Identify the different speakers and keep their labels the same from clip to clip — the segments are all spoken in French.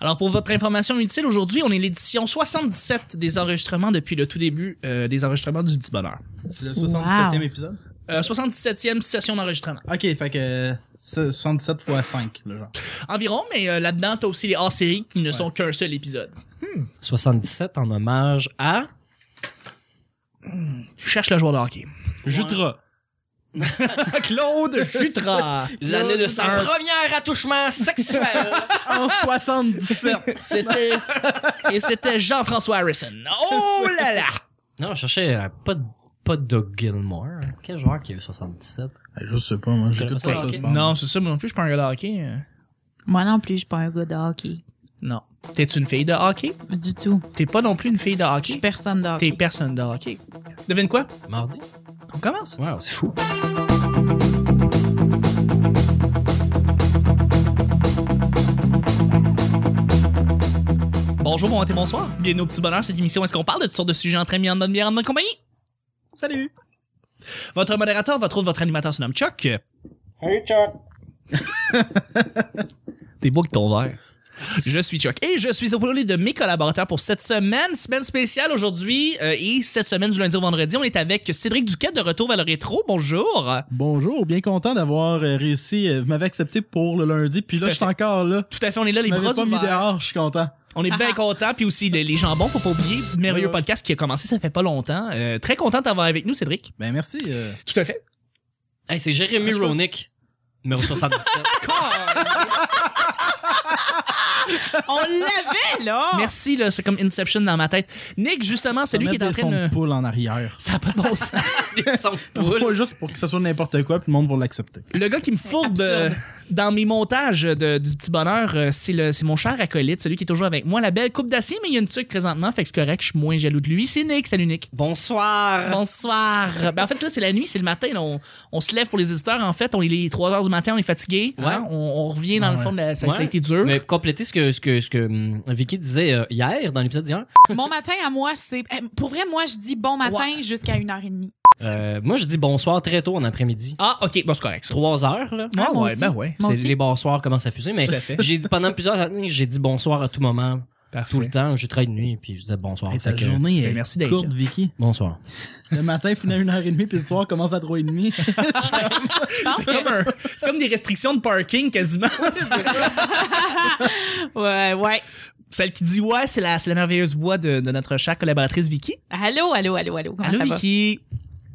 Speaker 1: Alors, pour votre information utile, aujourd'hui, on est l'édition 77 des enregistrements depuis le tout début euh, des enregistrements du Petit Bonheur.
Speaker 2: C'est le 77e épisode?
Speaker 1: Euh, 77e session d'enregistrement.
Speaker 2: Ok, fait que c'est 77 fois 5, le genre.
Speaker 1: Environ, mais euh, là-dedans, t'as aussi les hors-séries qui ne sont qu'un seul épisode.
Speaker 3: 77 en hommage à.
Speaker 1: Je cherche le joueur de hockey.
Speaker 2: Jutra.
Speaker 1: Claude Jutra.
Speaker 3: L'année de sa première attouchement sexuel.
Speaker 2: En 77.
Speaker 1: C'était... Et c'était Jean-François Harrison. Oh là là!
Speaker 3: non, je cherchais euh, pas de. Pas de Doug Gilmore. Quel joueur qui a eu 77?
Speaker 2: Je sais pas, moi, j'ai tout
Speaker 3: l'impression
Speaker 2: pas
Speaker 3: que-
Speaker 2: ça, ce
Speaker 1: Non, c'est ça, moi non plus, je suis pas un gars de hockey. euh.
Speaker 4: Moi non plus, je suis pas un gars de hockey.
Speaker 1: Non. T'es une fille de hockey?
Speaker 4: Du tout.
Speaker 1: T'es pas non plus une fille de
Speaker 4: Je suis
Speaker 1: hockey.
Speaker 4: personne de
Speaker 1: T'es
Speaker 4: hockey.
Speaker 1: personne de hockey. Devine quoi?
Speaker 3: Mardi?
Speaker 1: On commence.
Speaker 3: Wow, c'est fou.
Speaker 1: Bonjour, bon matin, bonsoir. Bienvenue au Petit Bonheur, cette émission où est-ce qu'on parle de toutes sortes de sujets entre amis, en bonne bière, en bonne compagnie. Salut! Votre modérateur, votre autre, votre animateur se nomme Chuck.
Speaker 3: Hey, Chuck!
Speaker 1: T'es beau que ton verre. Je suis Chuck et je suis épaulé de mes collaborateurs pour cette semaine, semaine spéciale aujourd'hui euh, et cette semaine du lundi au vendredi, on est avec Cédric Duquette de retour vers le rétro. Bonjour.
Speaker 2: Bonjour, bien content d'avoir euh, réussi. euh, Vous m'avez accepté pour le lundi, puis
Speaker 1: à
Speaker 2: là, je suis
Speaker 1: fait.
Speaker 2: encore là.
Speaker 1: Tout à fait, on est là les
Speaker 2: Vous
Speaker 1: bras
Speaker 2: m'avez pas mis
Speaker 1: ouverts.
Speaker 2: dehors, je suis content.
Speaker 1: On est bien content puis aussi les, les jambons, faut pas oublier, merveilleux
Speaker 2: Ouais, ouais.
Speaker 1: podcast qui a commencé ça fait pas longtemps. Euh, très content d'avoir avec nous Cédric.
Speaker 2: Ben, merci. euh.
Speaker 1: Tout à fait.
Speaker 3: Hey, c'est Jérémy Ronick, numéro 77.
Speaker 4: On l'avait, là!
Speaker 1: Ah! Merci là, c'est comme Inception dans ma tête. Nick justement, c'est lui qui
Speaker 2: Mettre
Speaker 1: est en
Speaker 2: des
Speaker 1: train
Speaker 2: sons de
Speaker 1: de
Speaker 2: poule en arrière.
Speaker 1: ça a pas de bon sens.
Speaker 3: Des sons de poule.
Speaker 2: Pas juste pour que ça soit n'importe quoi, puis le monde va l'accepter.
Speaker 1: Le gars qui me fourbe
Speaker 4: Absurde.
Speaker 1: euh, dans mes montages de- du petit bonheur, euh, c'est le- c'est mon cher acolyte, celui qui est toujours avec moi. La belle coupe d'acier, mais il y a une tuque présentement, fait que c'est correct, je suis moins jaloux de lui. C'est Nick, salut Nick.
Speaker 3: Bonsoir.
Speaker 1: Bonsoir. Ben, en fait, là, c'est la nuit, c'est le matin. là, on, on se lève pour les éditeurs. En fait, on est les 3 heures du matin, on est fatigué.
Speaker 3: Ouais.
Speaker 1: hein, on, on revient dans
Speaker 2: Ouais,
Speaker 1: le fond de la. Ça,
Speaker 3: Ouais.
Speaker 1: ça a été dur.
Speaker 3: Mais compléter ce que, ce que, ce que hum, Vicky disait euh, hier, dans l'épisode d'hier,
Speaker 4: Mon matin à moi, c'est. eh, Pour vrai, moi, je dis bon matin jusqu'à 1h30.
Speaker 3: euh, moi, je dis bonsoir très tôt en après-midi.
Speaker 1: Ah, ok, bon, c'est correct. ça.
Speaker 3: 3 heures, là.
Speaker 1: Ah,
Speaker 4: moi
Speaker 1: ouais,
Speaker 4: aussi.
Speaker 1: ben ouais.
Speaker 4: Moi
Speaker 3: C'est
Speaker 4: aussi.
Speaker 3: les bonsoirs commencent à fuser, mais
Speaker 1: Tout à fait.
Speaker 3: j'ai dit pendant plusieurs années, j'ai dit bonsoir à tout moment, tout le temps. J'ai travaillé de nuit, puis je disais bonsoir.
Speaker 2: Hey,
Speaker 3: Fait
Speaker 2: ta
Speaker 3: que,
Speaker 2: journée
Speaker 1: ben,
Speaker 2: est
Speaker 1: merci d'être
Speaker 2: courte,
Speaker 1: là.
Speaker 2: Vicky.
Speaker 3: bonsoir.
Speaker 2: Le matin finit à 1h30, puis le soir commence à 3h30.
Speaker 4: Je pense
Speaker 1: C'est comme, un- c'est comme des restrictions de parking quasiment.
Speaker 4: que- Ouais, ouais.
Speaker 1: Celle qui dit ouais, c'est la, c'est la merveilleuse voix de, de notre chère collaboratrice Vicky.
Speaker 4: Allô, allô, allô, allô. Comment
Speaker 1: Allô
Speaker 4: ça va?
Speaker 1: Vicky.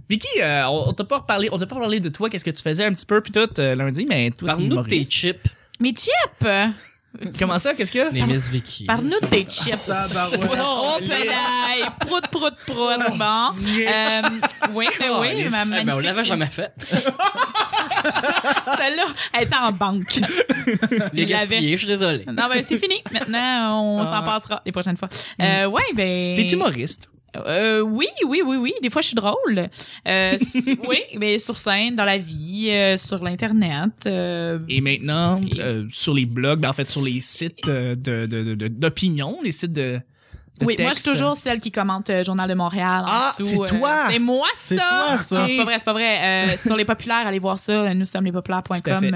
Speaker 1: Vicky, euh, on, on t'a pas reparlé, on t'a pas parlé de toi, qu'est-ce que tu faisais un petit peu puis tout euh, lundi, mais toi t'es
Speaker 3: Parle-nous de tes
Speaker 1: humoriste.
Speaker 3: chips,
Speaker 4: Mes chips!
Speaker 1: Comment ça, qu'est-ce que
Speaker 3: les Miss Vicky.
Speaker 4: Parle-nous de tes chips. Oh, pédale! Prout, prout, prout. Bon. Euh, oui, ben
Speaker 3: Ah,
Speaker 4: oui,
Speaker 3: les-
Speaker 4: ma
Speaker 3: Eh ben, on l'avait
Speaker 4: magnifique-
Speaker 3: jamais fait.
Speaker 4: Celle-là, elle est en banque.
Speaker 3: Les
Speaker 4: Il l'avait.
Speaker 3: gaspillés, je suis désolé.
Speaker 4: Non, ben c'est fini. Maintenant, on
Speaker 1: Ah.
Speaker 4: s'en passera les prochaines fois. Euh, ouais, ben.
Speaker 1: T'es humoriste.
Speaker 4: Euh, oui, oui, oui, oui. Des fois, je suis drôle. Euh, su- oui, mais sur scène, dans la vie, euh, sur l'Internet. euh,
Speaker 1: Et maintenant,
Speaker 4: Et-
Speaker 1: euh, sur les blogs, ben, en fait, sur les sites euh, de- de- de- d'opinion, les sites de. de
Speaker 4: oui, moi, je suis
Speaker 1: texte.
Speaker 4: toujours celle qui commente euh, Journal de Montréal. en
Speaker 1: Ah,
Speaker 4: dessous,
Speaker 1: c'est
Speaker 4: euh,
Speaker 1: toi!
Speaker 4: C'est moi, ça!
Speaker 2: C'est toi, ça!
Speaker 4: Non, c'est pas vrai, c'est pas vrai. Euh, sur les populaires, allez voir ça. euh, Nous sommes
Speaker 1: Tout à fait.
Speaker 4: lespopulaires.com.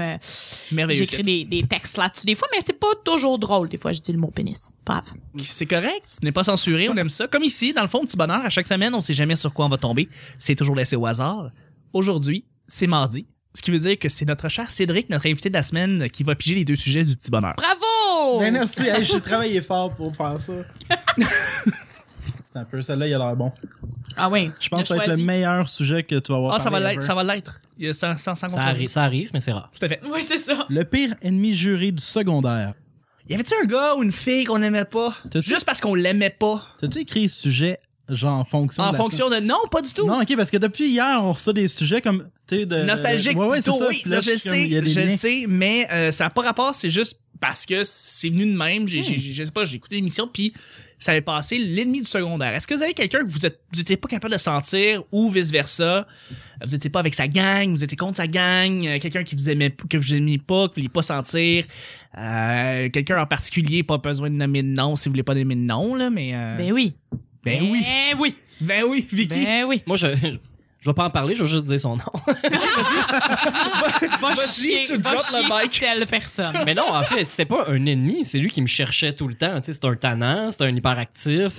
Speaker 1: Merveilleux.
Speaker 4: euh, J'écris des, des textes là-dessus des fois, mais c'est pas toujours drôle. Des fois, je dis le mot pénis. Pas grave.
Speaker 1: C'est correct, ce n'est pas censuré, on aime ça. Comme ici, dans le fond, petit bonheur, à chaque semaine, on sait jamais sur quoi on va tomber. C'est toujours laissé au hasard. Aujourd'hui, c'est mardi. Ce qui veut dire que c'est notre cher Cédric, notre invité de la semaine, qui va piger les deux sujets du petit bonheur. Oh.
Speaker 4: Bravo!
Speaker 2: Ben merci, hey, j'ai travaillé fort pour faire ça. un peu, celle-là, il a l'air bon.
Speaker 4: Ah oui.
Speaker 2: Je pense que ça va être le meilleur sujet que tu vas avoir.
Speaker 1: Ah, ça va
Speaker 2: parlé
Speaker 1: l'être,
Speaker 2: ever.
Speaker 1: ça va l'être. Il y a Sans, sans, sans
Speaker 3: Ça
Speaker 1: contrôle.
Speaker 3: arrive, ça arrive, mais c'est rare.
Speaker 1: Tout à fait.
Speaker 4: Oui, c'est ça.
Speaker 2: Le pire ennemi juré du secondaire.
Speaker 1: Y avait-tu un gars ou une fille qu'on aimait pas?
Speaker 2: T'as-tu-
Speaker 1: Juste parce qu'on l'aimait pas.
Speaker 2: T'as-tu écrit ce sujet, genre, en fonction
Speaker 1: En
Speaker 2: de la
Speaker 1: fonction de. Non, pas du
Speaker 2: semaine?
Speaker 1: tout.
Speaker 2: Non, ok, parce que depuis hier, on reçoit des sujets comme. tu sais,
Speaker 1: Euh,
Speaker 2: de,
Speaker 1: Nostalgique
Speaker 2: Ouais, ouais,
Speaker 1: plutôt,
Speaker 2: c'est ça.
Speaker 1: oui.
Speaker 2: Puis là,
Speaker 1: Non, je
Speaker 2: je suis comme, il y
Speaker 1: sais,
Speaker 2: a des
Speaker 1: je
Speaker 2: liens.
Speaker 1: le sais, mais euh, ça n'a pas rapport, c'est juste parce que c'est venu de même. J'ai, j'ai- j'ai- je sais pas, j'ai écouté l'émission, puis ça avait passé l'ennemi du secondaire. Est-ce que vous avez quelqu'un que vous êtes, vous étiez pas capable de sentir ou vice-versa? Vous n'étiez pas avec sa gang, vous étiez contre sa gang, euh, quelqu'un qui vous aimait, p- que vous aimiez pas, que vous vouliez pas sentir, euh, quelqu'un en particulier, pas besoin de nommer de nom si vous voulez pas nommer de nom, là, mais, euh,
Speaker 4: Ben oui.
Speaker 1: ben oui.
Speaker 4: Ben oui.
Speaker 1: Ben oui, Vicky.
Speaker 4: Ben oui.
Speaker 3: Moi, je, Je vais pas en parler, je vais juste dire son nom.
Speaker 4: Va
Speaker 1: Vas-y,
Speaker 4: chier,
Speaker 1: tu
Speaker 4: va
Speaker 1: drops le
Speaker 4: chier
Speaker 1: mic.
Speaker 4: telle personne.
Speaker 3: Mais non, en fait, c'était pas un ennemi, c'est lui qui me cherchait tout le temps. Tu sais, C'est un tannant, c'est un hyperactif.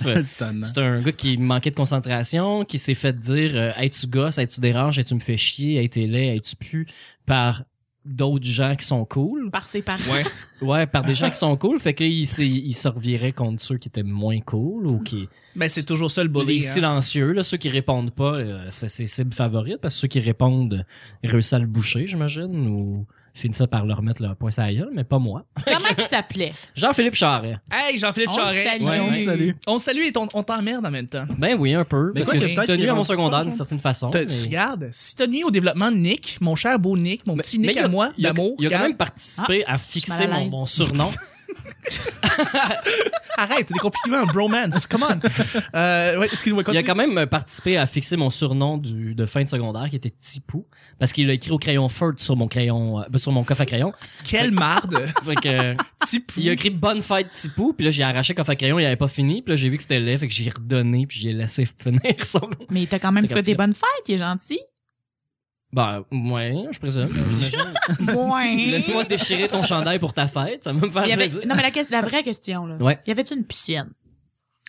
Speaker 2: Étonnant.
Speaker 3: C'est un gars qui manquait de concentration, qui s'est fait dire euh, Hey, tu gosses, hey, tu déranges, hey, tu me fais chier, hey, t'es laid, hey, tu pues par d'autres gens qui sont cool.
Speaker 4: Par ses parents.
Speaker 1: Ouais.
Speaker 3: Ouais, par des gens qui sont cool. Fait que là, il, s'est- il se revirait contre ceux qui étaient moins cool ou qui.
Speaker 1: Mais Ben, c'est toujours ça le
Speaker 3: les
Speaker 1: bully. hein.
Speaker 3: silencieux, là, ceux qui répondent pas, euh, c'est ses cibles favorites, parce que ceux qui répondent euh, réussissent à le boucher, j'imagine, ou finissent par leur mettre le point sur la gueule, mais pas moi.
Speaker 4: Comment il s'appelait?
Speaker 3: Jean-Philippe Charret.
Speaker 1: Hey, Jean-Philippe
Speaker 4: On le
Speaker 1: Charret.
Speaker 4: salue.
Speaker 2: Ouais, on le salue.
Speaker 1: On te salue et on, on t'emmerde en même temps.
Speaker 3: Ben oui, un peu.
Speaker 2: Mais
Speaker 3: parce
Speaker 2: quoi,
Speaker 3: que
Speaker 2: que peut-être
Speaker 3: t'as
Speaker 2: qu'il
Speaker 3: nu à
Speaker 2: est
Speaker 3: mon
Speaker 2: rendu
Speaker 3: secondaire
Speaker 2: fort,
Speaker 3: d'une
Speaker 2: hein.
Speaker 3: certaine façon.
Speaker 1: T'as-
Speaker 3: mais-
Speaker 1: Regarde, si t'as nuit au développement de Nick, mon cher beau Nick, mon petit Nick
Speaker 3: il a-
Speaker 1: à moi,
Speaker 3: il a-
Speaker 1: d'amour,
Speaker 3: Il a quand
Speaker 1: regarde.
Speaker 3: même participé à fixer
Speaker 4: mal à
Speaker 3: mon,
Speaker 4: l'aise.
Speaker 3: mon surnom.
Speaker 1: arrête, c'est des compliments, bromance, come on. Euh, ouais, excuse-moi,
Speaker 3: Il a
Speaker 1: continue.
Speaker 3: quand même euh, participé à fixer mon surnom du, de fin de secondaire qui était Tipou parce qu'il l'a écrit au crayon feutre sur mon crayon euh, sur mon coffre à crayon.
Speaker 1: Quelle marde.
Speaker 3: Fait que
Speaker 1: Tipou.
Speaker 3: il a écrit bonne fête Tipou puis là j'ai arraché le coffre à crayon, il avait pas fini, puis là j'ai vu que c'était laid, fait que j'ai redonné puis j'ai laissé finir son.
Speaker 4: Mais il t'a quand même
Speaker 3: C'est
Speaker 4: souhaité
Speaker 3: quand
Speaker 4: bonne fête, il est gentil.
Speaker 3: Ben ouais, je présume. J'imagine.
Speaker 4: Ouais.
Speaker 3: Laisse-moi déchirer ton chandail pour ta fête, ça va me faire
Speaker 4: Il y avait...
Speaker 3: plaisir.
Speaker 4: Non, mais la, que- la vraie question, là.
Speaker 3: Ouais.
Speaker 4: Y avait-tu une piscine?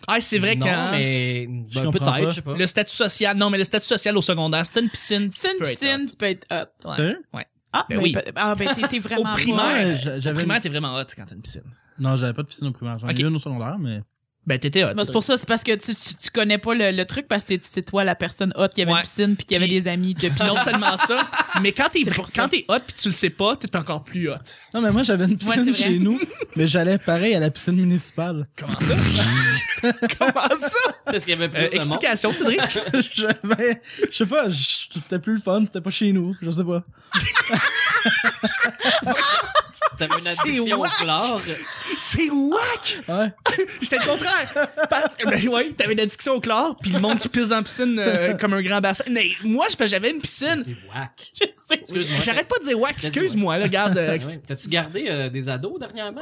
Speaker 1: Ah, c'est vrai
Speaker 3: Non,
Speaker 1: quand
Speaker 3: mais ben,
Speaker 2: Je comprends
Speaker 3: peut-être,
Speaker 2: pas.
Speaker 3: je sais pas.
Speaker 1: le statut social, non, mais le statut social au secondaire, c'était une piscine. tu
Speaker 4: C'est une
Speaker 1: peux être
Speaker 4: piscine, tu peux être hot. ouais.
Speaker 2: Sérieux?
Speaker 4: Ah,
Speaker 1: Ben
Speaker 4: ben
Speaker 1: oui.
Speaker 4: pe- Ah, ben t'es- t'es vraiment.
Speaker 1: Au primaire,
Speaker 2: Ouais,
Speaker 1: euh,
Speaker 2: j'a-
Speaker 1: hot. Au
Speaker 2: j'avais
Speaker 1: primaire, t'es vraiment hot quand t'as une piscine.
Speaker 2: Non, j'avais pas de piscine au primaire. J'en ai
Speaker 1: Ok.
Speaker 2: eu une au secondaire, mais.
Speaker 1: Ben, t'étais hot.
Speaker 4: Bon, c'est pour ça, c'est parce que tu, tu, tu connais pas le, le truc parce que c'est- c'est toi la personne hot qui avait
Speaker 1: Ouais.
Speaker 4: une piscine puis qui avait
Speaker 1: Puis-
Speaker 4: des amis de
Speaker 1: Puis non seulement ça, mais quand t'es,
Speaker 4: C'est
Speaker 1: vra-
Speaker 4: pour ça.
Speaker 1: quand t'es hot puis tu le sais pas, t'es encore plus hot.
Speaker 2: Non, mais moi, j'avais une
Speaker 4: Ouais,
Speaker 2: piscine
Speaker 4: c'est vrai.
Speaker 2: chez nous, mais j'allais pareil à la piscine municipale.
Speaker 1: Comment ça? Comment ça?
Speaker 3: Parce qu'il y avait plus
Speaker 1: Euh,
Speaker 3: de monde.
Speaker 1: explication, Cédric.
Speaker 2: j'avais. Je sais pas, je- c'était plus le fun, c'était pas chez nous, je sais pas.
Speaker 3: T'avais une
Speaker 1: C'est
Speaker 3: addiction au
Speaker 1: whack!
Speaker 3: chlore.
Speaker 1: C'est whack!
Speaker 2: Ouais.
Speaker 1: J'étais le contraire. Parce que, ben ouais, t'avais une addiction au chlore, puis le monde qui pisse dans la piscine euh, comme un grand bassin. Mais moi, je- j'avais une piscine.
Speaker 3: C'est whack.
Speaker 4: Je sais.
Speaker 3: Excuse-moi.
Speaker 1: J'arrête pas de dire whack, excuse-moi, là, regarde. euh,
Speaker 3: Ah ouais. T'as-tu gardé euh, des ados dernièrement?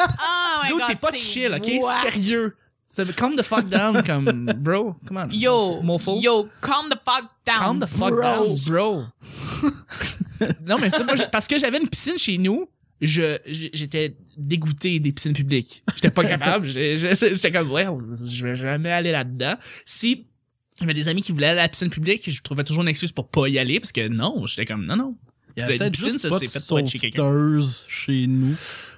Speaker 4: Ah, my
Speaker 1: Dude,
Speaker 4: God,
Speaker 1: t'es pas
Speaker 4: c'est
Speaker 1: chill, ok?
Speaker 4: wack.
Speaker 1: Sérieux. C'est Calm the fuck down, comme bro. Come on.
Speaker 4: Yo,
Speaker 1: Mon faux.
Speaker 4: yo, calm the fuck down.
Speaker 1: Calm the fuck
Speaker 4: bro.
Speaker 1: down, bro. non, mais ça, moi, je- parce que j'avais une piscine chez nous, je, je- j'étais dégoûté des piscines publiques. J'étais pas capable. J'ai- j'ai- J'étais comme, ouais, je vais jamais aller là-dedans. Si j'avais des amis qui voulaient aller à la piscine publique, je trouvais toujours une excuse pour pas y aller parce que non, j'étais comme, non, non. Vous avez
Speaker 2: Il y avait
Speaker 1: une
Speaker 2: peut-être
Speaker 1: piscine,
Speaker 2: juste
Speaker 1: ça,
Speaker 2: pas
Speaker 1: c'est
Speaker 2: de
Speaker 1: fait pour être chez quelqu'un.
Speaker 2: sauveteuse chez nous.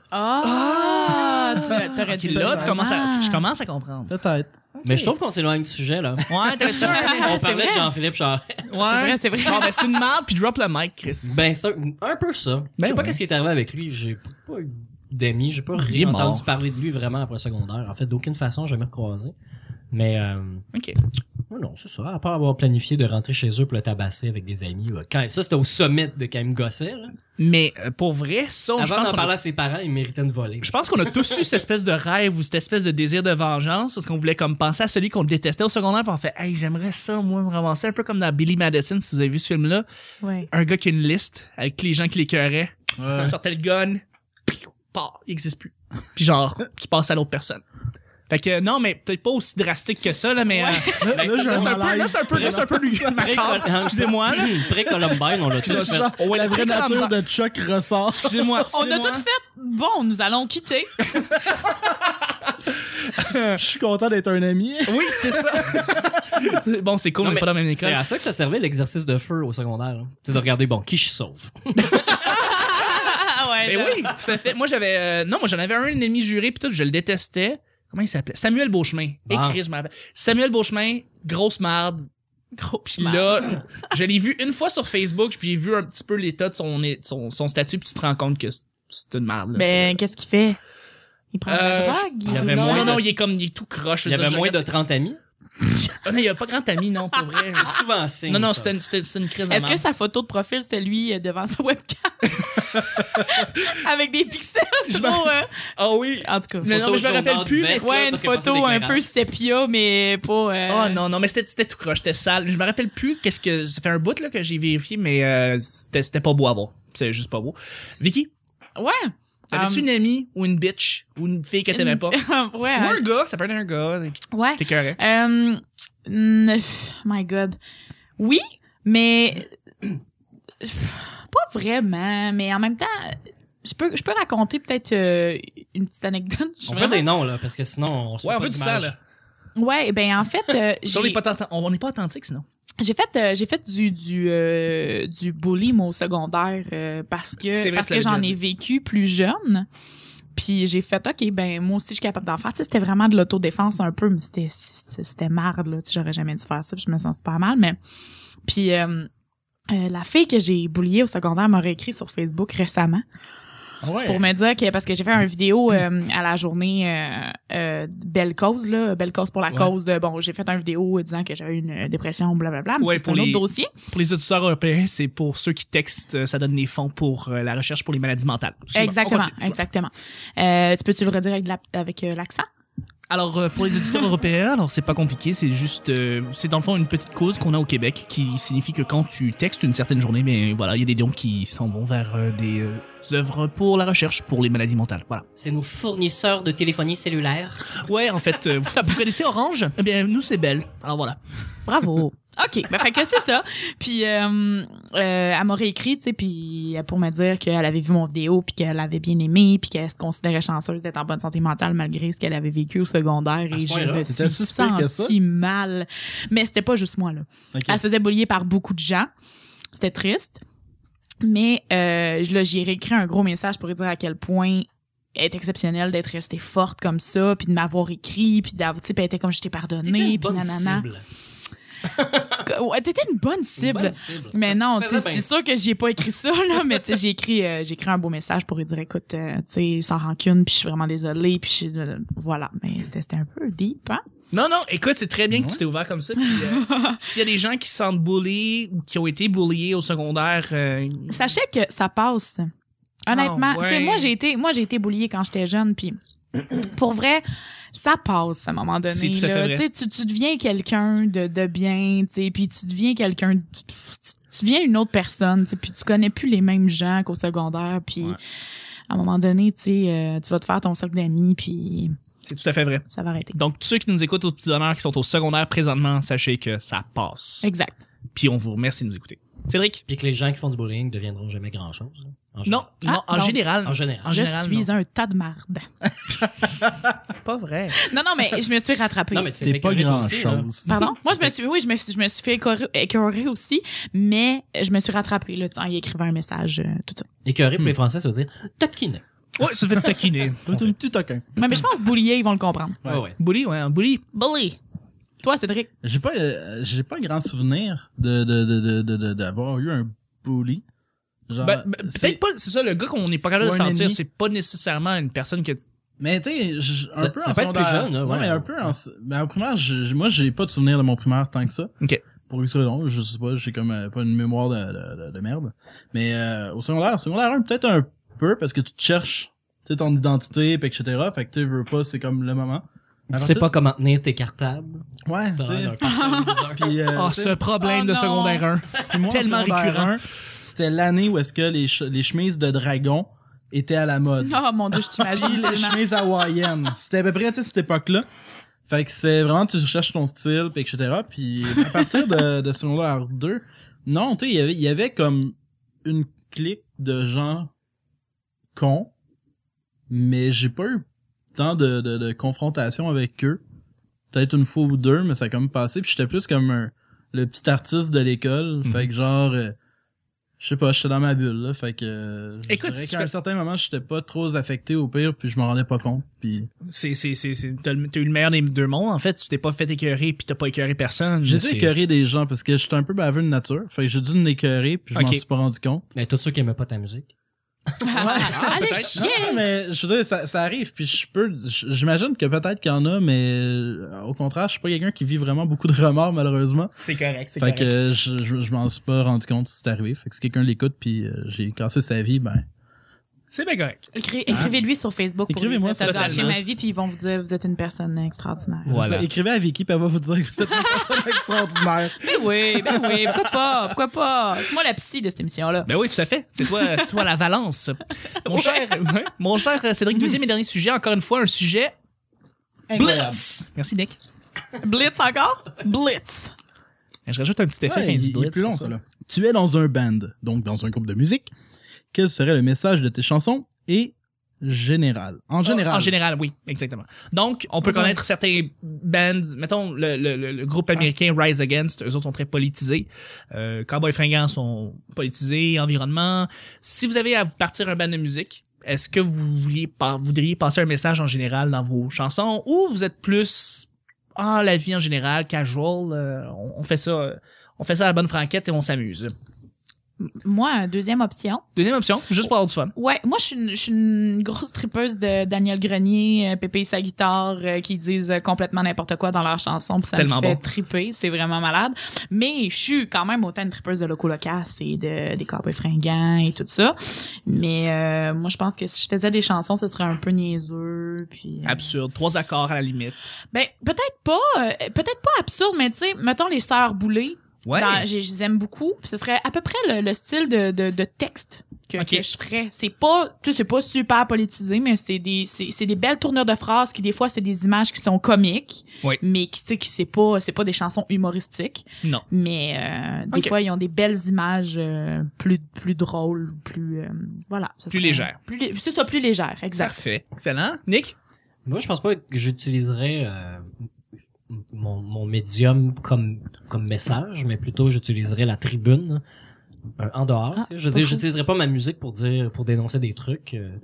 Speaker 4: Ah,
Speaker 1: Ah!
Speaker 4: tu- t'aurais dû
Speaker 1: Puis là,
Speaker 4: le
Speaker 1: tu
Speaker 4: dire.
Speaker 1: commences à,
Speaker 4: Ah.
Speaker 1: je commence à comprendre.
Speaker 2: Peut-être.
Speaker 3: Mais je trouve qu'on s'éloigne du sujet, là.
Speaker 1: Ouais, t'avais-tu un-
Speaker 3: On parlait de
Speaker 4: vrai.
Speaker 3: Jean-Philippe Charret.
Speaker 1: Ouais.
Speaker 4: C'est vrai, c'est
Speaker 1: Bon,
Speaker 4: vrai.
Speaker 1: ben, c'est une merde, puis drop le mic, Chris.
Speaker 3: Ben, c'est un, un peu ça. je sais
Speaker 1: Ben
Speaker 3: pas
Speaker 1: ouais.
Speaker 3: qu'est-ce qui est arrivé avec lui. J'ai pas eu d'amis. J'ai pas
Speaker 1: Il est
Speaker 3: rien
Speaker 1: mort.
Speaker 3: entendu parler de lui vraiment après le secondaire. En fait, d'aucune façon, j'ai jamais recroisé. Mais, euh,
Speaker 1: OK.
Speaker 3: non, non, c'est ça. À part avoir planifié de rentrer chez eux pour le tabasser avec des amis. ouais. Quand, ça, c'était au sommet de quand il me gossait, là.
Speaker 1: Mais euh, pour vrai, ça, je
Speaker 3: Avant
Speaker 1: pense
Speaker 3: d'en
Speaker 1: qu'on a
Speaker 3: parler à ses parents, il méritait de voler.
Speaker 1: Je pense qu'on a tous eu cette espèce de rêve ou cette espèce de désir de vengeance parce qu'on voulait comme penser à celui qu'on détestait au secondaire puis on fait hey j'aimerais ça moi me ramasser un peu comme dans Billy Madison si vous avez vu ce film là
Speaker 4: Ouais.
Speaker 1: un gars qui a une liste avec les gens qui l'écœuraient
Speaker 2: Ouais.
Speaker 1: il sortait le gun piou, pah, il existe plus puis genre tu passes à l'autre personne fait que non mais peut-être pas aussi drastique que ça là mais euh,
Speaker 2: Là, là, j'ai
Speaker 1: là,
Speaker 2: un
Speaker 1: c'est un peu là
Speaker 2: malaise.
Speaker 1: c'est un peu là, c'est un peu lui macabre.
Speaker 3: Pré-Col- Hmm,
Speaker 1: excusez-moi là
Speaker 3: Pré-Columbine, on l'a tous fait.
Speaker 1: Excusez-moi. On va
Speaker 2: La vraie
Speaker 1: pré-Columbine.
Speaker 2: nature de Chuck ressort.
Speaker 1: excusez-moi
Speaker 4: On a
Speaker 1: excusez-moi.
Speaker 4: tout fait. Bon, nous allons quitter.
Speaker 2: Je suis content d'être un ami.
Speaker 1: oui c'est ça bon c'est cool
Speaker 3: Non,
Speaker 1: on est
Speaker 3: mais
Speaker 1: pas dans la même
Speaker 3: C'est
Speaker 1: école
Speaker 3: à ça que ça servait l'exercice de feu au secondaire. hein. C'est de regarder, bon, qui je sauve.
Speaker 4: Ah ouais.
Speaker 1: Ben
Speaker 4: là.
Speaker 1: oui, tout à fait. Moi, j'avais. euh, non, moi, j'en avais un ennemi juré, puis tout, je le détestais. Comment il s'appelait Samuel Beauchemin.
Speaker 3: Ah.
Speaker 1: Écrit, je m'en rappelle. Samuel Beauchemin, grosse marde.
Speaker 4: Gros
Speaker 1: Puis là, je l'ai vu une fois sur Facebook, puis j'ai vu un petit peu l'état de son, de son, son statut, puis tu te rends compte que c'est- c'est une marde. là.
Speaker 4: Ben, qu'est-ce qu'il fait? Il prend de
Speaker 1: Euh,
Speaker 4: la drogue?
Speaker 3: il y avait
Speaker 1: non,
Speaker 3: moins
Speaker 1: non,
Speaker 3: de-
Speaker 1: non, il est comme, il est tout croche. je
Speaker 3: Il y
Speaker 1: veux
Speaker 3: avait
Speaker 1: dire,
Speaker 3: moins
Speaker 1: je
Speaker 3: de
Speaker 1: regarde-
Speaker 3: 30 amis.
Speaker 1: Ah non, il y avait pas grand ami, non, pour vrai.
Speaker 3: C'est souvent signe.
Speaker 1: Ah! Non, non,
Speaker 3: ça.
Speaker 1: c'était une, c'était- c'était une crise de
Speaker 4: Est-ce que
Speaker 1: marde.
Speaker 4: sa photo de profil, c'était lui euh, devant sa webcam? Avec des pixels
Speaker 1: Je m'en-
Speaker 4: trop... euh,
Speaker 1: Ah oui.
Speaker 4: En tout cas.
Speaker 1: Mais non, mais je me
Speaker 3: Photo
Speaker 1: rappelle
Speaker 3: jaune
Speaker 1: plus, mais
Speaker 3: d'ordre,
Speaker 1: c'est-
Speaker 3: vert.
Speaker 4: ouais,
Speaker 3: ça,
Speaker 4: une
Speaker 3: parce qu'il y a pas ça
Speaker 4: photo un
Speaker 3: d'éclairage.
Speaker 4: peu sépia, mais pas... euh,
Speaker 1: Oh non, non, mais c'était c'était tout croche, c'était sale. Je me rappelle plus qu'est-ce que. Ça fait un bout là, que j'ai vérifié, mais euh, c'était c'était pas beau à voir. C'est juste pas beau. Vicky,
Speaker 4: Ouais.
Speaker 1: avais-tu une amie ou une bitch ou Um, une Euh, fille que
Speaker 4: Une-
Speaker 1: t'aimais pas? Ou
Speaker 4: ouais.
Speaker 1: un gars, ça peut être un gars, et puis
Speaker 4: Ouais.
Speaker 1: t'es correct.
Speaker 4: Euh, mm, my God. Oui, mais pff, pas vraiment. Mais en même temps, je peux, je peux raconter peut-être euh, une petite anecdote. Je suis
Speaker 3: On fait
Speaker 4: vraiment-
Speaker 3: des noms, là, parce que sinon, on se
Speaker 1: Ouais,
Speaker 3: fait
Speaker 1: on
Speaker 3: pas
Speaker 1: veut du sang,
Speaker 3: d'image.
Speaker 1: là.
Speaker 4: Ouais, ben en fait, euh,
Speaker 1: Sur
Speaker 4: j'ai-
Speaker 1: les potent- On n'est pas authentique, sinon.
Speaker 4: J'ai fait euh, j'ai fait du du euh, du bullying au secondaire euh, parce
Speaker 1: C'est
Speaker 4: que
Speaker 1: vrai,
Speaker 4: parce
Speaker 1: tu
Speaker 4: que
Speaker 1: l'avais
Speaker 4: j'en
Speaker 1: déjà
Speaker 4: ai vécu plus jeune. Puis j'ai fait OK ben moi aussi je suis capable d'en faire. Tu sais, c'était vraiment de l'autodéfense un peu mais c'était c'était c'était marde là, tu sais, j'aurais jamais dû faire ça, puis je me sens super mal mais puis euh, euh, la fille que j'ai bouliée au secondaire m'a réécrit sur Facebook récemment
Speaker 2: Ouais.
Speaker 4: pour me dire que parce que j'ai fait une vidéo euh, à la journée euh, euh, belle cause là belle cause pour la
Speaker 3: Ouais.
Speaker 4: cause de bon j'ai fait une vidéo disant que j'avais une euh, dépression blablabla mais
Speaker 1: Ouais,
Speaker 4: ça, c'est un
Speaker 1: pour les-
Speaker 4: autre dossier
Speaker 1: Pour les auditeurs européens, c'est pour ceux qui textent, euh, ça donne des fonds pour euh, la recherche pour les maladies mentales. Excuse-moi, on
Speaker 4: exactement
Speaker 1: continue, excuse-moi.
Speaker 4: exactement Euh, tu peux tu le redire avec la- avec euh, l'accent
Speaker 1: Alors, euh, pour les auditeurs européens, alors c'est pas compliqué, c'est juste. euh, c'est dans le fond une petite cause qu'on a au Québec qui signifie que quand tu textes une certaine journée, mais voilà, il y a des dons qui s'en vont vers euh, des euh, œuvres pour la recherche pour les maladies mentales. Voilà.
Speaker 3: C'est nos fournisseurs de téléphonie cellulaire.
Speaker 1: Ouais, en fait, euh, vous, vous connaissez Orange Eh bien, nous, c'est Belle. Alors voilà.
Speaker 4: Bravo. OK, ben fait que c'est ça. Puis euh, euh, elle m'a réécrit, tu sais, puis euh, pour me dire qu'elle avait vu mon vidéo, puis qu'elle avait bien aimé, puis qu'elle se considérait chanceuse d'être en bonne santé mentale malgré ce qu'elle avait vécu au secondaire.
Speaker 3: À ce
Speaker 4: Et je
Speaker 3: point-là,
Speaker 4: me
Speaker 2: c'était
Speaker 4: suis
Speaker 2: suspect que ça.
Speaker 4: sentie mal. Mais c'était pas juste moi, là.
Speaker 2: Ok.
Speaker 1: Ah,
Speaker 4: Elle se faisait boulier par beaucoup de gens. C'était triste. Mais euh, là, j'ai réécrit un gros message pour lui dire à quel point elle est exceptionnelle d'être restée forte comme ça, puis de m'avoir écrit, puis d'avoir, tu sais, puis elle était comme je t'ai
Speaker 3: T'étais une
Speaker 4: pardonné, puis
Speaker 3: bonne
Speaker 4: nanana.
Speaker 3: cible.
Speaker 4: Que- ouais, T'étais une bonne
Speaker 3: Une
Speaker 4: cible.
Speaker 3: bonne cible.
Speaker 4: Mais non,
Speaker 3: Tu
Speaker 4: tu sais,
Speaker 3: faisais bien.
Speaker 4: c'est sûr que j'y ai pas écrit ça, là, mais tu sais, j'ai écrit, euh, j'ai écrit un beau message pour lui dire, écoute, euh, tu sais, sans rancune, puis je suis vraiment désolée, puis je suis- euh, voilà. Mais c'était c'était un peu deep, hein?
Speaker 1: Non, non, écoute, c'est très bien que tu
Speaker 2: Ouais.
Speaker 1: t'es ouvert comme ça. puis, euh, S'il y a des gens qui se sentent bullies ou qui ont été bulliés au secondaire, euh,
Speaker 4: Sachez que ça passe. Honnêtement,
Speaker 1: Ah ouais.
Speaker 4: tu sais, moi, j'ai été, moi, j'ai été bouliée quand j'étais jeune, puis pour vrai, ça passe à un moment donné.
Speaker 1: C'est tout à fait
Speaker 4: là.
Speaker 1: vrai.
Speaker 4: Tu sais, Tu, tu deviens quelqu'un de, de bien, tu sais, puis tu deviens quelqu'un, de- tu, tu deviens une autre personne, tu sais, puis tu connais plus les mêmes gens qu'au secondaire, puis
Speaker 2: Ouais.
Speaker 4: à un moment donné, tu sais, euh, tu vas te faire ton cercle d'amis, puis
Speaker 1: c'est tout à fait vrai.
Speaker 4: ça va arrêter.
Speaker 1: Donc, tous ceux qui nous écoutent aux petits honneurs qui sont au secondaire présentement, sachez que ça passe.
Speaker 4: Exact.
Speaker 1: Puis on vous remercie de nous écouter. Cédric?
Speaker 3: Puis que les gens qui font du bowling deviendront jamais grand-chose. hein, en
Speaker 1: Non,
Speaker 3: général.
Speaker 1: non,
Speaker 4: Ah,
Speaker 1: en
Speaker 4: non.
Speaker 1: général.
Speaker 3: En général.
Speaker 1: En
Speaker 4: je
Speaker 1: général,
Speaker 4: suis un tas de marde.
Speaker 1: Ah, Pas vrai.
Speaker 4: Non, non, mais je me suis rattrapée.
Speaker 3: Non, mais tu t'es
Speaker 2: T'es pas
Speaker 3: fait écœurer
Speaker 2: grand
Speaker 3: aussi, là.
Speaker 2: chose.
Speaker 4: Pardon? Moi, je me suis, oui, je me suis, je me suis fait écœurer- écœurer aussi, mais je me suis rattrapée, là, en y écrivant un message, euh, tout ça.
Speaker 3: Écœurer pour les Français, ça veut dire taquiner.
Speaker 1: Ouais, ça fait taquiner.
Speaker 2: T'es un petit toquin.
Speaker 4: Ouais, mais je pense boulier, ils vont le comprendre.
Speaker 2: Ouais.
Speaker 3: Ouais, ouais.
Speaker 1: bully, ouais, un bully.
Speaker 4: Bully. Toi, Cédric.
Speaker 2: J'ai pas, euh, j'ai pas grand souvenir de, de, de, de, de- de- d'avoir eu un bully. Genre,
Speaker 1: Ben, ben,
Speaker 2: c'est-
Speaker 1: peut-être pas, c'est ça, le gars qu'on n'est pas capable
Speaker 2: Ou
Speaker 1: de
Speaker 2: un
Speaker 1: sentir,
Speaker 2: ennemi.
Speaker 1: c'est pas nécessairement une personne que. tu-
Speaker 2: Mais tu sais, je- un
Speaker 3: Ça-
Speaker 2: peu
Speaker 3: ça
Speaker 2: en
Speaker 3: peut être plus
Speaker 2: secondaire.
Speaker 3: jeune, là,
Speaker 2: non,
Speaker 3: ouais.
Speaker 2: mais un peu en. Mais au primaire, je- moi, j'ai pas de souvenir de mon primaire tant que ça.
Speaker 1: Ok.
Speaker 2: Pour X raison, je sais pas, j'ai comme euh, pas une mémoire de, de, de- de merde. Mais euh, au secondaire, au secondaire 1, peut-être un peu, parce que tu te cherches tu sais, ton identité, pis etc. Fait que tu sais, veux pas, c'est comme le moment.
Speaker 3: Tu sais pas comment tenir tes cartables.
Speaker 2: Ouais, tu
Speaker 3: T'as
Speaker 2: sais.
Speaker 3: un cartable loser.
Speaker 2: Puis, euh,
Speaker 1: Ah,
Speaker 2: tu sais,
Speaker 1: ce problème
Speaker 4: Oh
Speaker 1: de
Speaker 4: non.
Speaker 1: secondaire 1.
Speaker 2: Puis moi, en
Speaker 1: Tellement
Speaker 2: secondaire
Speaker 1: récurrent.
Speaker 2: un, C'était l'année où est-ce que les, che- les chemises de dragon étaient à la mode.
Speaker 4: Oh mon dieu, je
Speaker 2: Puis
Speaker 4: t'imagine.
Speaker 2: les
Speaker 4: tellement.
Speaker 2: chemises hawaïennes. C'était à peu près à cette époque-là. Fait que c'est vraiment, tu cherches ton style, puis etc. Puis à partir de, de secondaire 2, non, tu sais, il y avait- il y avait comme une clique de gens cons, mais j'ai pas eu tant de, de, de confrontation avec eux. Peut-être une fois ou deux, mais ça a comme passé. Puis j'étais plus comme un- le petit artiste de
Speaker 1: Mhm.
Speaker 2: l'école. Fait que genre, euh, je sais pas, j'étais dans ma bulle, là. Fait que. euh, je
Speaker 1: Écoute,
Speaker 2: dirais
Speaker 1: si tu
Speaker 2: qu'à un
Speaker 1: fais-
Speaker 2: certain moment, j'étais pas trop affecté au pire, puis je m'en rendais pas compte. Puis
Speaker 1: C'est, c'est, c'est, c'est- t'as le- t'as eu le meilleur des deux mondes, en fait. Tu t'es pas fait écœurer puis t'as pas écœuré personne.
Speaker 2: j'ai
Speaker 1: C'est-
Speaker 2: dû écœurer des gens parce que j'étais un peu baveux de nature. Fait que j'ai dû me écœurer, puis je m'en
Speaker 1: Ok.
Speaker 2: suis pas rendu compte.
Speaker 3: Mais tous ceux qui aimaient pas ta musique.
Speaker 4: Allez,
Speaker 1: peut-être.
Speaker 4: chier!
Speaker 2: Non, non, Ah, mais je veux dire, ça, ça arrive, puis je peux. j- J'imagine que peut-être qu'il y en a, mais euh, au contraire, je suis pas quelqu'un qui vit vraiment beaucoup de remords, malheureusement.
Speaker 1: C'est correct, c'est
Speaker 2: Fait
Speaker 1: correct.
Speaker 2: que euh, je, je, je m'en suis pas rendu compte si c'est arrivé. Fait que si quelqu'un l'écoute, puis euh, j'ai cassé sa vie, ben.
Speaker 1: C'est bien correct.
Speaker 4: Écri- Écrivez-lui sur Facebook pour lui
Speaker 2: Écrivez-moi
Speaker 4: dire t'as
Speaker 1: totalement.
Speaker 4: gâché ma vie, puis ils vont vous dire vous êtes une personne extraordinaire.
Speaker 1: Ouais. Voilà.
Speaker 2: c'est ça. Écrivez à Vicky, puis elle va vous dire que vous êtes une personne extraordinaire.
Speaker 4: Ben oui, ben oui, pourquoi pas? Pourquoi pas? C'est moi la psy de cette émission-là.
Speaker 1: Ben oui, tout à fait. C'est toi, c'est toi la Valence. Mon cher, ouais. mon cher euh, Cédric, deuxième et dernier sujet. Encore une fois, un sujet.
Speaker 2: Incroyable.
Speaker 1: Blitz! Merci, Nick.
Speaker 4: Blitz encore? Blitz.
Speaker 1: Je rajoute un petit effet
Speaker 2: Ouais,
Speaker 1: Candy
Speaker 2: il- il est
Speaker 1: Blitz.
Speaker 2: plus long,
Speaker 1: pour
Speaker 2: ça, là. Tu es dans un band, donc dans un groupe de musique. Quel serait le message de tes chansons et général? En général.
Speaker 1: Oh, En général, oui, exactement. Donc, on peut
Speaker 4: Ouais.
Speaker 1: connaître certains bands, mettons le, le- le- le groupe américain Rise Against, eux autres sont très politisés. Euh, Cowboy Fringants sont politisés, environnement. Si vous avez à vous partir un band de musique, est-ce que vous vouliez par- voudriez passer un message en général dans vos chansons ou vous êtes plus ah la vie en général casual, euh, on, on fait ça, euh, on fait ça à la bonne franquette et on s'amuse.
Speaker 4: Moi, deuxième option.
Speaker 1: Deuxième option, juste pour avoir du fun.
Speaker 4: Ouais, moi, je suis une, je suis une grosse tripeuse de Daniel Grenier, euh, Pépé et sa guitare, euh, qui disent euh, complètement n'importe quoi dans leurs chansons. Puis ça me
Speaker 1: Tellement
Speaker 4: fait
Speaker 1: bon.
Speaker 4: triper, c'est vraiment malade. Mais je suis quand même autant une tripeuse de Loco Locasse et de, des Cowboys fringants et tout ça. Mais euh, moi, je pense que si je faisais des chansons, ce serait un peu niaiseux. Puis, euh,
Speaker 1: Absurde, trois accords à la limite.
Speaker 4: ben, peut-être pas, euh, peut-être pas absurde, mais tu sais, mettons les Sœurs Boulées.
Speaker 1: Ouais.
Speaker 4: Dans- j'ai- je les aime beaucoup. Puis ce serait à peu près le, le style de, de, de texte que,
Speaker 1: Ok.
Speaker 4: que je ferais. C'est pas, tu sais, c'est pas super politisé, mais c'est des, c'est, c'est des belles tournures de phrases qui, des fois, c'est des images qui sont comiques.
Speaker 1: Oui.
Speaker 4: Mais qui, tu sais, qui c'est pas, c'est pas des chansons humoristiques.
Speaker 1: Non.
Speaker 4: Mais, euh, des
Speaker 1: Ok.
Speaker 4: fois, ils ont des belles images, euh, plus, plus drôles, plus, euh, voilà. ce
Speaker 1: Plus
Speaker 4: serait-
Speaker 1: légères.
Speaker 4: Plus, lé- c'est ça, plus légère, exact.
Speaker 1: Parfait. Excellent. Nick?
Speaker 3: Moi, je pense pas que j'utiliserais euh, mon, mon médium comme, comme message, mais plutôt j'utiliserais la tribune euh, en dehors.
Speaker 4: Ah,
Speaker 3: tu sais. je veux dire,
Speaker 4: cool.
Speaker 3: j'utiliserais pas ma musique pour dire, pour dénoncer des trucs. euh,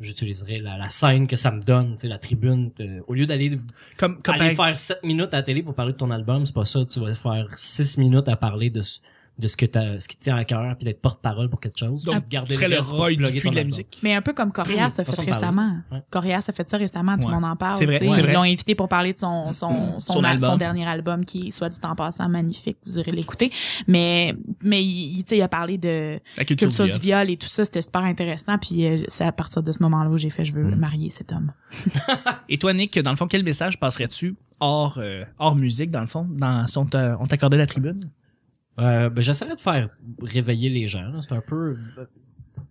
Speaker 3: j'utiliserais la, la scène que ça me donne, tu sais, la tribune. euh, au lieu d'aller
Speaker 1: Comme, comme
Speaker 3: aller
Speaker 1: par-
Speaker 3: faire 7 minutes à la télé pour parler de ton album, c'est pas ça. Tu vas faire 6 minutes à parler de, ce- de ce que t'as, ce qui te tient à cœur, puis d'être porte-parole pour quelque chose.
Speaker 1: Donc,
Speaker 3: puis de garder
Speaker 1: tu serais le
Speaker 3: reste pour
Speaker 1: Roy du
Speaker 3: plugger
Speaker 1: puits
Speaker 3: ton
Speaker 1: de la
Speaker 3: album.
Speaker 1: musique.
Speaker 4: Mais un peu comme
Speaker 1: Mmh.
Speaker 4: Corias a fait
Speaker 3: Façon de parler.
Speaker 4: récemment.
Speaker 3: Ouais.
Speaker 4: Corias a fait ça récemment, tout le
Speaker 1: Ouais.
Speaker 4: monde en parle.
Speaker 1: C'est vrai,
Speaker 4: tu sais.
Speaker 1: c'est vrai.
Speaker 4: Ils l'ont invité pour parler de son, son, son,
Speaker 1: Son
Speaker 4: al-
Speaker 1: album.
Speaker 4: son dernier album qui est, soit dit en passant, magnifique. Vous irez l'écouter. Mais, mais il, il- tu sais, il a parlé de
Speaker 1: La culture,
Speaker 4: culture
Speaker 1: du
Speaker 4: du
Speaker 1: viol.
Speaker 4: viol et tout ça. C'était super intéressant. Puis euh, c'est à partir de ce moment-là où j'ai fait, je veux
Speaker 3: Mm.
Speaker 4: marier cet homme.
Speaker 1: Et toi, Nick, dans le fond, quel message passerais-tu hors, euh, hors musique, dans le fond, dans, si on t'a- on t'accordait la tribune?
Speaker 3: Euh, ben, j'essaierais de faire réveiller les gens. là. C'est un peu...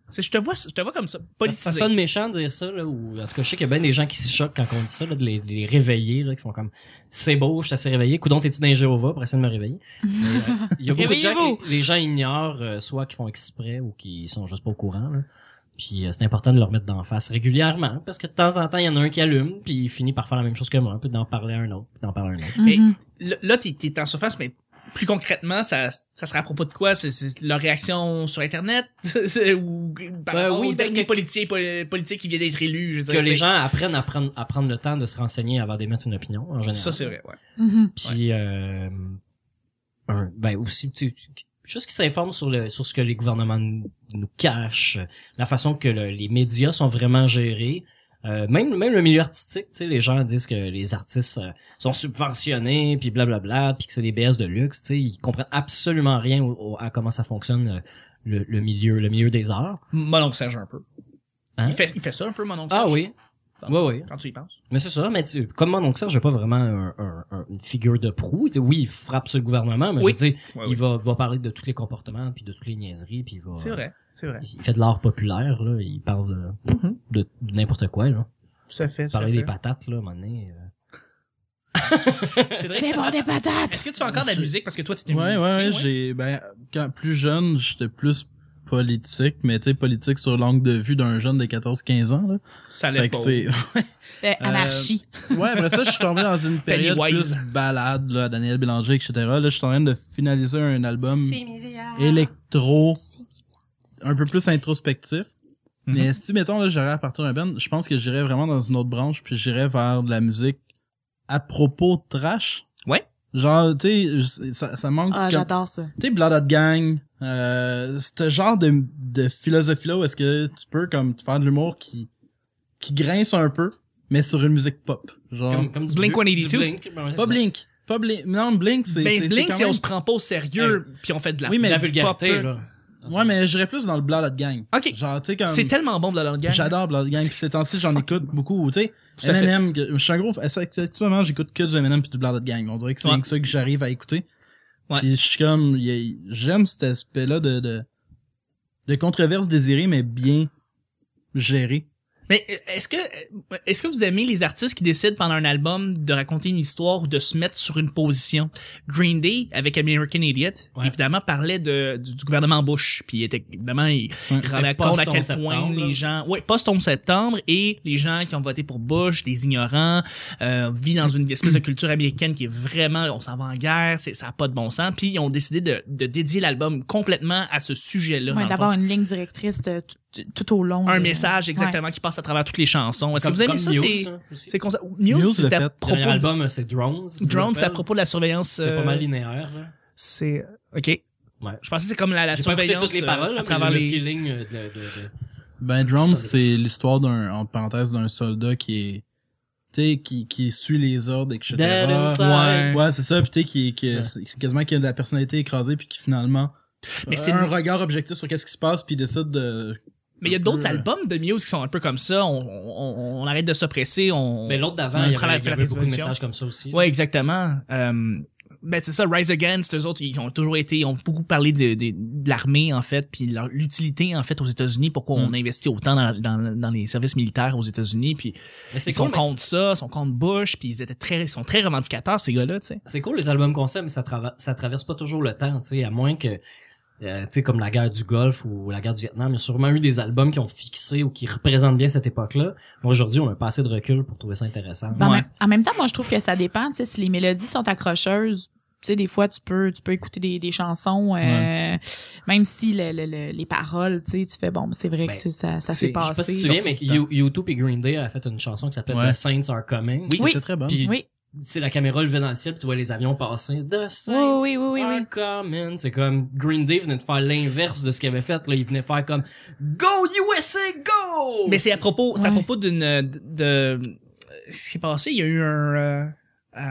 Speaker 1: C'est- Je te vois, je te vois comme ça,
Speaker 3: Ça,
Speaker 1: politisé.
Speaker 3: ça sonne méchant de dire ça, là, ou en tout cas, je sais qu'il y a bien des gens qui se choquent quand on dit ça, là, de les, de les réveiller, là, qui font comme c'est beau, je suis assez réveillé, coudon t'es-tu dans les Jéhovah pour essayer de me réveiller? Mais, euh, Il y a beaucoup de gens
Speaker 4: Réveillez-vous!
Speaker 3: que les, les gens ignorent, euh, soit qui font exprès ou qui sont juste pas au courant. là. Puis euh, c'est important de leur mettre d'en face régulièrement, parce que de temps en temps, il y en a un qui allume, puis il finit par faire la même chose que moi, puis d'en parler à un autre, puis d'en parler à un autre.
Speaker 1: Mais-
Speaker 4: Mhm.
Speaker 1: Là, Là, t'es t'es en surface, mais plus concrètement, ça, ça sera à propos de quoi? C'est- C'est leur réaction sur Internet? C'est- ou par
Speaker 3: Ben
Speaker 1: rapport
Speaker 3: oui,
Speaker 1: au
Speaker 3: ben
Speaker 1: dernier
Speaker 3: que-
Speaker 1: politicien- poli- politique qui vient d'être élu? Je veux
Speaker 3: Que
Speaker 1: dire,
Speaker 3: les
Speaker 1: c'est-
Speaker 3: gens apprennent à prendre, à prendre le temps de se renseigner avant d'émettre une opinion, en général.
Speaker 1: Ça, c'est vrai, ouais.
Speaker 4: Mhm.
Speaker 3: Puis, euh, un- ben aussi, tu sais, juste qu'ils s'informent sur le sur ce que les gouvernements nous nous cachent, la façon que le- les médias sont vraiment gérés. Euh, même même le milieu artistique, tu sais, les gens disent que les artistes euh, sont subventionnés, puis blablabla, puis que c'est des BS de luxe, tu sais, ils comprennent absolument rien au- au- à comment ça fonctionne euh, le, le milieu le milieu des arts.
Speaker 1: Mon oncle Serge, un peu.
Speaker 3: Hein?
Speaker 1: Il, fait, il fait ça un peu, mon oncle
Speaker 3: Ah
Speaker 1: Serge,
Speaker 3: oui, oui oui.
Speaker 1: Quand tu y penses.
Speaker 3: Mais c'est ça, mais tu, comme mon oncle Serge, j'ai pas vraiment un- un- un- une figure de proue. Tu sais, oui, il frappe sur le gouvernement, mais
Speaker 1: Oui.
Speaker 3: je veux dire,
Speaker 1: Ouais,
Speaker 3: il
Speaker 1: oui.
Speaker 3: va, va parler de tous les comportements, puis de toutes les niaiseries, puis il va...
Speaker 1: C'est vrai, c'est vrai.
Speaker 3: Il fait de l'art populaire, là. Il parle de,
Speaker 1: Mhm.
Speaker 3: de n'importe quoi, là.
Speaker 1: Ça fait, ça
Speaker 3: Parler des
Speaker 1: fait.
Speaker 3: patates, là, à un moment donné. euh.
Speaker 1: C'est vrai.
Speaker 4: C'est bon des patates!
Speaker 1: Est-ce que tu fais encore de la musique parce que toi, t'étais
Speaker 2: Ouais,
Speaker 1: musicien,
Speaker 2: ouais, ouais, j'ai, ben, quand plus jeune, j'étais plus politique, mais tu sais, politique sur l'angle de vue d'un jeune de 14-15 ans, là.
Speaker 1: Ça
Speaker 2: Fait
Speaker 1: lève
Speaker 2: que
Speaker 1: pas.
Speaker 2: c'est,
Speaker 4: C'était
Speaker 2: Euh,
Speaker 4: anarchie.
Speaker 2: ouais, après ça, je suis tombé dans une période
Speaker 1: Pennywise.
Speaker 2: plus balade, là, Daniel Bélanger, etc. Là, je suis en train de finaliser un album électro, un peu plus introspectif.
Speaker 1: Mhm.
Speaker 2: Mais si, mettons, là, j'irais à partir d'un band, je pense que j'irais vraiment dans une autre branche, puis j'irais vers de la musique à propos de trash.
Speaker 1: Ouais.
Speaker 2: Genre, tu sais, ça, ça manque...
Speaker 4: Ah,
Speaker 2: comme-
Speaker 4: j'adore ça.
Speaker 2: tu sais, Blood Out Gang, euh, ce genre de, de philosophie-là où est-ce que tu peux comme te faire de l'humour qui, qui grince un peu, mais sur une musique pop. Genre,
Speaker 3: Comme, comme du
Speaker 1: Blink
Speaker 3: bleu-
Speaker 1: 182.
Speaker 3: du Blink, ben,
Speaker 2: pas
Speaker 3: c'est-
Speaker 2: Blink. Pas Blink. Non, Blink, c'est.
Speaker 1: Ben,
Speaker 2: c'est-
Speaker 1: Blink,
Speaker 2: c'est quand
Speaker 1: c'est on
Speaker 2: même-
Speaker 1: se prend pas au sérieux, puis on fait de la,
Speaker 2: Oui, mais
Speaker 1: de
Speaker 3: La
Speaker 1: la
Speaker 3: vulgarité,
Speaker 1: pop.
Speaker 3: là.
Speaker 2: Ouais, mais j'irais plus dans le Blood Out Gang.
Speaker 1: Ok.
Speaker 2: Genre, tu sais, comme.
Speaker 1: C'est tellement bon de la langue.
Speaker 2: J'adore Blood Out Gang,
Speaker 1: C'est-
Speaker 2: puis ces temps-ci, j'en écoute beaucoup, tu sais.
Speaker 1: Tout à fait.
Speaker 2: M&M, que- je suis un gros. f- Actuellement, j'écoute que du M&M puis du Blood Out Gang. On dirait que c'est
Speaker 1: Ouais.
Speaker 2: que ça que j'arrive à écouter.
Speaker 1: Ouais.
Speaker 2: Puis je suis comme, y a- j'aime cet aspect-là de, de de controverse désirée mais bien gérée.
Speaker 1: Mais euh, est-ce que est-ce que vous aimez les artistes qui décident pendant un album de raconter une histoire ou de se mettre sur une position Green Day avec American Idiot
Speaker 3: Ouais.
Speaker 1: évidemment parlait de du, du gouvernement Bush puis il était évidemment il
Speaker 2: Ouais.
Speaker 1: rendait
Speaker 3: C'est
Speaker 1: compte à
Speaker 3: post-11
Speaker 1: quel
Speaker 3: septembre,
Speaker 1: point
Speaker 3: là.
Speaker 1: les gens ouais post 11 septembre et les gens qui ont voté pour Bush des ignorants euh, vivent dans une espèce de culture américaine qui est vraiment on s'en va en guerre c'est ça a pas de bon sens puis ils ont décidé de, de dédier l'album complètement à ce sujet là
Speaker 4: Ouais, D'avoir une ligne directrice de- tout- tout au long.
Speaker 1: un
Speaker 4: de-
Speaker 1: message exactement qui passe à travers toutes les chansons. Est-ce que
Speaker 3: Comme-
Speaker 1: vous aimez
Speaker 3: comme
Speaker 1: ça?
Speaker 3: Muse,
Speaker 1: C'est,
Speaker 3: hein, aussi.
Speaker 1: c'est concept-
Speaker 2: Muse
Speaker 1: Muse,
Speaker 2: l'a
Speaker 1: c'est
Speaker 2: fait.
Speaker 1: à
Speaker 3: Dernier
Speaker 1: propos de...
Speaker 3: album, c'est Drones. ça
Speaker 1: Drone, c'est à
Speaker 3: s'appelle.
Speaker 1: propos de la surveillance.
Speaker 3: C'est pas
Speaker 1: euh,
Speaker 3: mal linéaire. là.
Speaker 1: C'est, OK.
Speaker 3: Ouais.
Speaker 1: Je pensais que c'est comme la, la
Speaker 3: J'ai pas écouté
Speaker 1: surveillance
Speaker 3: toutes les
Speaker 1: euh,
Speaker 3: paroles,
Speaker 1: à
Speaker 3: là,
Speaker 1: travers
Speaker 3: mais le
Speaker 1: les...
Speaker 3: feeling euh, de... de- de-
Speaker 2: Ben, Drums,
Speaker 3: Ça,
Speaker 2: c'est l'histoire d'un, en parenthèse, d'un soldat qui est, tu sais, qui, qui suit les ordres, etc.
Speaker 3: Dead inside.
Speaker 1: Ouais.
Speaker 2: Ouais, c'est ça, pis tu sais, qui, qui
Speaker 3: Ouais.
Speaker 2: c'est quasiment qui a de la personnalité écrasée, puis qui finalement
Speaker 1: Mais
Speaker 2: a
Speaker 1: c'est-
Speaker 2: un regard objectif sur qu'est-ce qui se passe, puis décide de...
Speaker 1: Mais il y a
Speaker 2: un
Speaker 1: d'autres
Speaker 2: peu, euh,
Speaker 1: albums de Muse qui sont un peu comme ça. On, on, on- on arrête de se presser. On...
Speaker 3: Mais ben, l'autre d'avant,
Speaker 1: on
Speaker 3: il y
Speaker 1: prend
Speaker 3: avait,
Speaker 1: la-
Speaker 3: il y
Speaker 1: fait la
Speaker 3: avait beaucoup de
Speaker 1: résolution.
Speaker 3: messages comme ça aussi.
Speaker 1: Ouais, exactement. Euh, ben c'est ça, Rise Against, eux autres, ils ont toujours été, ils ont beaucoup parlé de, de, de l'armée, en fait, puis leur- l'utilité, en fait, aux États-Unis, pourquoi
Speaker 3: Hmm.
Speaker 1: on
Speaker 2: Mm.
Speaker 1: investit autant dans, dans, dans les services militaires aux États-Unis, puis
Speaker 3: Mais c'est
Speaker 1: ils sont
Speaker 3: cool, mais c'est-
Speaker 1: contre ça, ils sont contre Bush, puis ils étaient très, ils sont très revendicateurs ces gars-là, tu sais.
Speaker 3: c'est cool les albums concept, mais ça, trava- ça traverse pas toujours le temps, tu sais, à moins que, euh, tu sais, comme la guerre du Golfe ou la guerre du Vietnam, il y a sûrement eu des albums qui ont fixé ou qui représentent bien cette époque-là. Mais aujourd'hui, on a pas assez de recul pour trouver ça intéressant.
Speaker 4: Ben, en
Speaker 1: Ouais.
Speaker 4: même- En même temps, moi, je trouve que ça dépend. tu sais, Si les mélodies sont accrocheuses, tu sais, des fois, tu peux, tu peux écouter des, des chansons, euh, même si le- le- le- les paroles, tu sais, tu fais, bon, c'est vrai
Speaker 3: Ben,
Speaker 4: que tu- ça, ça
Speaker 1: c'est- je
Speaker 4: s'est
Speaker 1: sais pas
Speaker 4: passé.
Speaker 3: Je sais pas si tu te souviens, mais
Speaker 1: Sorti du temps.
Speaker 3: You- YouTube et Green Day a fait une chanson qui s'appelle
Speaker 2: Ouais.
Speaker 3: The Saints Are Coming.
Speaker 2: Oui,
Speaker 4: Oui.
Speaker 2: c'était très bon.
Speaker 3: Puis,
Speaker 4: Oui,
Speaker 3: tu sais, la caméra levée dans le ciel, puis tu vois les avions passer. The Saints
Speaker 4: Oui, oui, oui, oui,
Speaker 3: Are
Speaker 4: oui.
Speaker 3: Coming. C'est comme Green Day venait de faire l'inverse de ce qu'il avait fait. Là, il venait faire comme Go USA, go!
Speaker 1: Mais c'est à propos, c'est à
Speaker 4: Ouais.
Speaker 1: propos d'une de, de- ce qui est passé. Il y a eu un, euh, euh,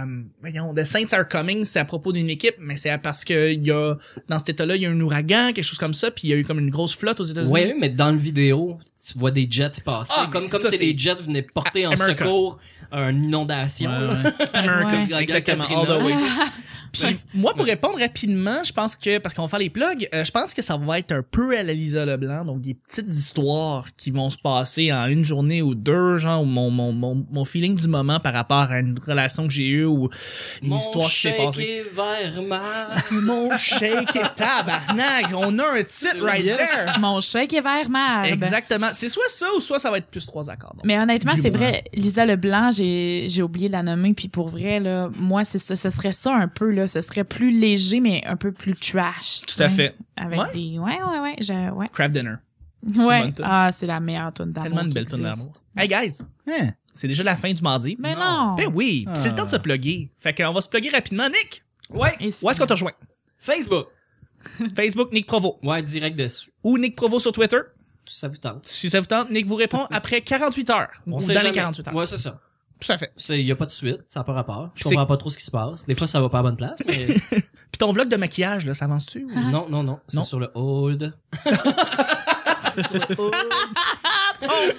Speaker 1: voyons, The Saints Are Coming. C'est à propos d'une équipe, mais c'est à- parce que il y a dans cet état-là, il y a un ouragan, quelque chose comme ça, puis il y a eu comme une grosse flotte aux États-Unis.
Speaker 3: Ouais, mais dans le vidéo, tu vois des jets passer.
Speaker 1: Ah, mais
Speaker 3: comme
Speaker 1: c'est
Speaker 3: comme
Speaker 1: ça,
Speaker 3: si
Speaker 1: c'est-
Speaker 3: les jets venaient porter en
Speaker 1: America.
Speaker 3: secours une inondation.
Speaker 2: Ouais,
Speaker 3: là.
Speaker 2: ouais.
Speaker 1: America.
Speaker 4: Ouais.
Speaker 3: Comme Ah,
Speaker 1: Exactement.
Speaker 3: Katrina.
Speaker 1: All the way. Puis
Speaker 3: Ouais.
Speaker 1: moi, pour répondre rapidement, je pense que, parce qu'on va faire les plugs, euh, je pense que ça va être un peu à la Lisa Leblanc, donc des petites histoires qui vont se passer en une journée ou deux, genre mon, mon, mon, mon feeling du moment par rapport à une relation que j'ai eue ou une
Speaker 3: Mon
Speaker 1: histoire qui s'est
Speaker 3: chèque
Speaker 1: passée.
Speaker 3: est vert mar.
Speaker 1: Mon shake et tabarnak, on a un titre right
Speaker 2: Yes.
Speaker 1: there.
Speaker 4: mon chèque est vert, marde.
Speaker 1: Exactement. C'est soit ça ou soit ça va être plus trois accords. donc.
Speaker 4: Mais honnêtement, c'est
Speaker 1: Dis-moi.
Speaker 4: vrai, Lisa Leblanc, j'ai j'ai oublié de la nommer, puis pour vrai, là, moi, c'est ça, ce serait ça un peu, là, ce serait plus léger, mais un peu plus trash. tu
Speaker 1: Tout à
Speaker 4: sais,
Speaker 1: fait.
Speaker 4: Avec
Speaker 1: Ouais.
Speaker 4: des, ouais, ouais, ouais, je- ouais.
Speaker 1: Crab Dinner. une bonne
Speaker 4: Ouais.
Speaker 1: tune.
Speaker 4: Ah, c'est la meilleure tune d'amour.
Speaker 1: Tellement de
Speaker 4: qui
Speaker 1: belle tonne
Speaker 4: existe.
Speaker 1: d'amour. Hey guys,
Speaker 2: Hein.
Speaker 1: c'est déjà la fin du mardi.
Speaker 4: Mais Ah. non.
Speaker 1: Ben oui, pis c'est le temps de se plugger. Fait qu'on va se plugger rapidement. Nick,
Speaker 3: Ouais.
Speaker 4: Et
Speaker 1: où est-ce qu'on te rejoint?
Speaker 3: Facebook.
Speaker 1: Facebook Nick Provo
Speaker 3: Ouais, direct dessus.
Speaker 1: ou Nick Provo sur Twitter.
Speaker 3: Ça vous tente.
Speaker 1: Si ça vous tente, Nick vous répond après 48 heures. ou dans les
Speaker 3: jamais.
Speaker 1: 48 heures.
Speaker 3: Ouais, c'est ça.
Speaker 1: Tout à fait.
Speaker 3: Il y a pas de suite, ça n'a pas rapport. Je
Speaker 1: C'est-
Speaker 3: comprends pas trop ce qui se passe. Des fois, ça va pas à bonne place, mais
Speaker 1: Puis ton vlog de maquillage, là, ça avance-tu? ou-
Speaker 3: non, non, non. C'est
Speaker 1: Non.
Speaker 3: sur le hold.
Speaker 4: Ton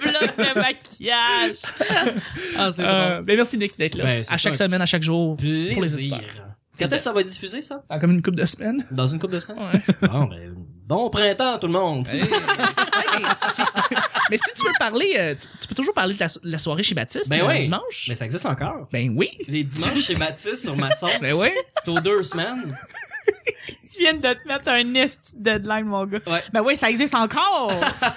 Speaker 4: bloc de maquillage. Ah, c'est drôle.
Speaker 1: Euh, ben merci Nick d'être là.
Speaker 3: Ben, c'est
Speaker 1: à chaque
Speaker 3: un
Speaker 1: semaine, à chaque jour. Pour les
Speaker 3: Plaisir.
Speaker 1: auditeurs.
Speaker 3: Quand est-ce que ça va être diffusé, ça?
Speaker 1: Ah, Comme une coupe de semaines.
Speaker 3: Dans une couple de semaines? Bon, ben, bon printemps, tout le monde.
Speaker 1: Hey, si- mais si tu veux parler, euh, tu, tu peux toujours parler de la, so- de la soirée chez Baptiste
Speaker 3: Ben
Speaker 1: euh,
Speaker 3: ouais.
Speaker 1: dimanche.
Speaker 3: Mais ça existe encore.
Speaker 1: Ben oui.
Speaker 3: Les dimanches chez Baptiste sur ma sauce.
Speaker 1: Ben ouais.
Speaker 3: C'est aux deux semaines.
Speaker 4: Tu viens de te mettre un esti de deadline, mon gars.
Speaker 3: Ouais.
Speaker 4: Ben oui, ça existe encore.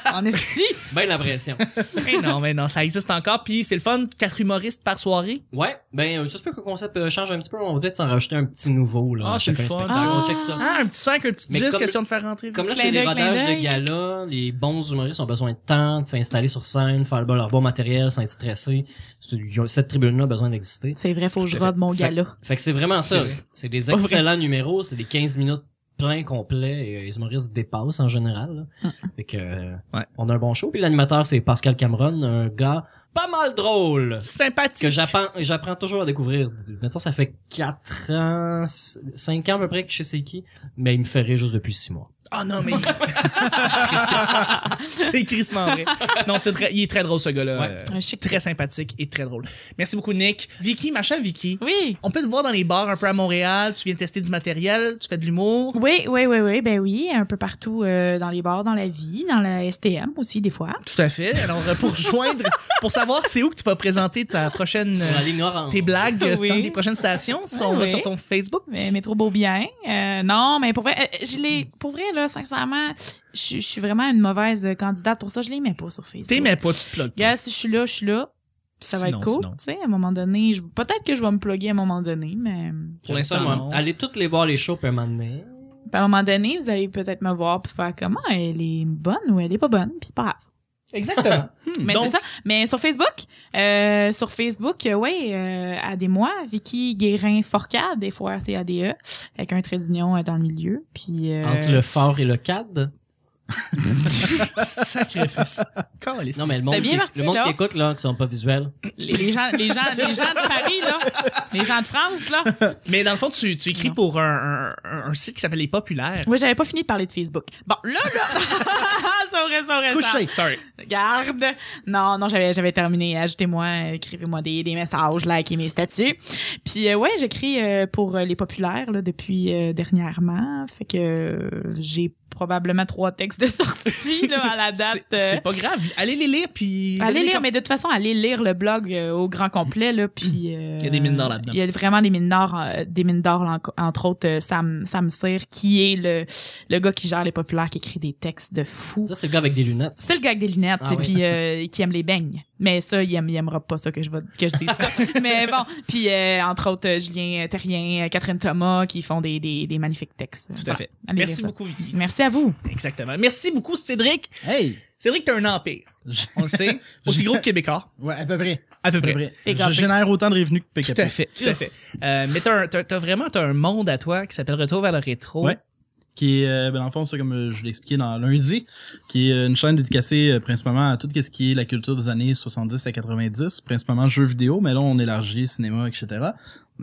Speaker 4: en esti.
Speaker 3: Ben la pression.
Speaker 1: Ben non, mais non, ça existe encore. Puis c'est le fun, quatre humoristes par soirée.
Speaker 3: Ouais. Ben euh, ça se peut que le concept euh, change un petit peu. On va peut-être s'en rajouter un petit nouveau là.
Speaker 1: Ah,
Speaker 3: à
Speaker 1: c'est
Speaker 3: chacun
Speaker 1: le fun.
Speaker 3: spectacle.
Speaker 4: Ah.
Speaker 3: On check ça.
Speaker 1: Ah, un petit 5, un petit
Speaker 3: Mais
Speaker 1: 10,
Speaker 3: comme-
Speaker 1: question de faire rentrer.
Speaker 3: Comme là,
Speaker 4: Clin
Speaker 3: c'est des
Speaker 4: d'œil, clin
Speaker 3: rodages de
Speaker 4: d'œil.
Speaker 3: gala, les bons humoristes ont besoin de temps, de s'installer sur scène, faire leur bon matériel, sans être stressé. C'est- ils ont- Cette tribune-là a besoin d'exister.
Speaker 4: C'est vrai, faut que je rode mon
Speaker 3: Fait-
Speaker 4: gala.
Speaker 3: Fait que c'est vraiment ça.
Speaker 1: C'est vrai.
Speaker 3: C'est des
Speaker 4: Pas vrai.
Speaker 3: excellents numéros, c'est des 15 minutes plein complet et euh, les humoristes dépassent en général. là.
Speaker 4: Mm.
Speaker 3: Fait que euh,
Speaker 1: Ouais.
Speaker 3: on a un bon show. Puis l'animateur c'est Pascal Cameron, un gars pas mal drôle que
Speaker 1: Sympathique.
Speaker 3: j'apprends j'apprends toujours à découvrir. Mettons ça fait 4 ans, 5 ans à peu près que je sais c'est qui, mais il me fait rire juste depuis 6 mois.
Speaker 1: Ah non, mais. c'est crissement vrai. Non, c'est très- il est très drôle, ce gars-là.
Speaker 3: Ouais.
Speaker 1: Euh,
Speaker 4: Un chic.
Speaker 1: très sympathique et très drôle. Merci beaucoup, Nick. Vicky, ma chère Vicky.
Speaker 4: Oui.
Speaker 1: On peut te voir dans les bars un peu à Montréal. Tu viens tester du matériel, tu fais de l'humour.
Speaker 4: Oui, oui, oui, oui, ben oui, un peu partout euh, dans les bars, dans la vie, dans la STM aussi des fois.
Speaker 1: Tout à fait. Alors, euh, pour joindre, pour savoir c'est où que tu vas présenter ta prochaine,
Speaker 3: Sur la
Speaker 1: euh,
Speaker 3: ligne orange.
Speaker 1: tes blagues, euh,
Speaker 4: Oui.
Speaker 1: stand- des prochaines stations, si on va
Speaker 4: Oui.
Speaker 1: sur ton Facebook.
Speaker 4: Mais, mais trop beau bien. Euh, non, mais pour vrai, euh, je l'ai, pour vrai là, sincèrement, je je suis vraiment une mauvaise candidate pour ça. Je les mets pas sur Facebook.
Speaker 1: T'es mais pas, tu te plugues.
Speaker 4: Gars, si je suis là, je suis là. Puis Ça va
Speaker 1: Sinon,
Speaker 4: être cool.
Speaker 1: sinon.
Speaker 4: Tu sais, à un moment donné, je- peut-être que je vais me plugger à un moment donné, mais
Speaker 1: Pour
Speaker 3: J'aime ça,
Speaker 1: l'instant,
Speaker 3: moi.
Speaker 1: non.
Speaker 3: Allez toutes les voir les shows, puis un moment donné.
Speaker 4: puis à un moment donné, vous allez peut-être me voir puis faire comment elle est bonne ou elle est pas bonne, puis c'est pas grave.
Speaker 1: Exactement.
Speaker 4: Hmm. Mais
Speaker 1: Hmm, Donc-
Speaker 4: c'est ça. Mais sur Facebook, euh, sur Facebook, euh, ouais, euh, à des mois, Vicky Guérin Forcade, des fois c'est ADE, avec un trait d'union euh, dans le milieu. Puis euh,
Speaker 3: Entre le fort et le cadre.
Speaker 1: Sacrifice. Caliste.
Speaker 3: Non, mais le monde,
Speaker 4: C'est bien
Speaker 3: qui,
Speaker 4: parti,
Speaker 3: le monde
Speaker 4: là.
Speaker 3: qui écoute, là, qui sont pas visuels.
Speaker 4: les, les gens, les gens, les gens de Paris là, les gens de France là.
Speaker 1: Mais dans le fond, tu, tu écris
Speaker 4: Non.
Speaker 1: pour un, un- un- un site qui s'appelle Les Populaires.
Speaker 4: Oui, j'avais pas fini de parler de Facebook. Bon, là là, ça aurait, ça aurait. ça.
Speaker 1: Couché. Sorry.
Speaker 4: Garde. Non, non, j'avais, j'avais terminé. Ajoutez-moi, euh, écrivez-moi des, des messages, likez mes statuts. Puis euh, ouais, j'écris euh, pour euh, les populaires là, depuis euh, dernièrement. Fait que euh, j'ai probablement trois textes de sortie là, à la date.
Speaker 1: C'est c'est pas grave. Allez les lire, puis.
Speaker 4: euh, Allez
Speaker 1: donnez-les
Speaker 4: lire,
Speaker 1: quand-
Speaker 4: mais de toute façon, allez lire le blog euh, au grand complet là, puis. euh,
Speaker 1: Mm. Il y a des mines d'or là-dedans.
Speaker 4: Il y a vraiment des mines d'or, euh, des mines d'or là, enco- entre autres euh, Sam Sam Cyr, qui est le le gars qui gère les populaires, qui écrit des textes de fou.
Speaker 3: Ça, c'est le gars avec des lunettes.
Speaker 4: C'est le gars avec des lunettes, tu
Speaker 3: Ah
Speaker 4: sais,
Speaker 3: oui.
Speaker 4: puis euh, qui aime les beignes. Mais ça, il, aime, il aimera pas ça que je, vais, que je dise ça. Mais bon, puis euh, entre autres, euh, Julien Terrien, euh, Catherine Thomas, qui font des, des, des magnifiques textes.
Speaker 1: Tout à
Speaker 4: Voilà.
Speaker 1: fait.
Speaker 4: Allez lire
Speaker 1: Merci
Speaker 4: ça.
Speaker 1: beaucoup, Vicky.
Speaker 4: Merci à vous.
Speaker 1: Exactement. Merci beaucoup, Cédric.
Speaker 2: Hey!
Speaker 1: Cédric, t'as un empire.
Speaker 2: Je-
Speaker 1: On le sait. Aussi gros que Québécois.
Speaker 2: Ouais, à peu près.
Speaker 1: À peu
Speaker 2: À peu
Speaker 1: près.
Speaker 2: près. Je
Speaker 4: PKP.
Speaker 2: génère autant de revenus que PKP.
Speaker 1: Tout à fait. Tout à fait. Euh, mais t'as, un- t'as- t'as vraiment t'as un monde à toi qui s'appelle Retour vers le rétro.
Speaker 2: Ouais. Qui est, euh, ben, dans le fond, c'est comme euh, je l'ai expliqué dans lundi, qui est euh, une chaîne dédicacée euh, principalement à tout ce qui est la culture des années 70 à 90, principalement jeux vidéo, mais là, on élargit cinéma, etc.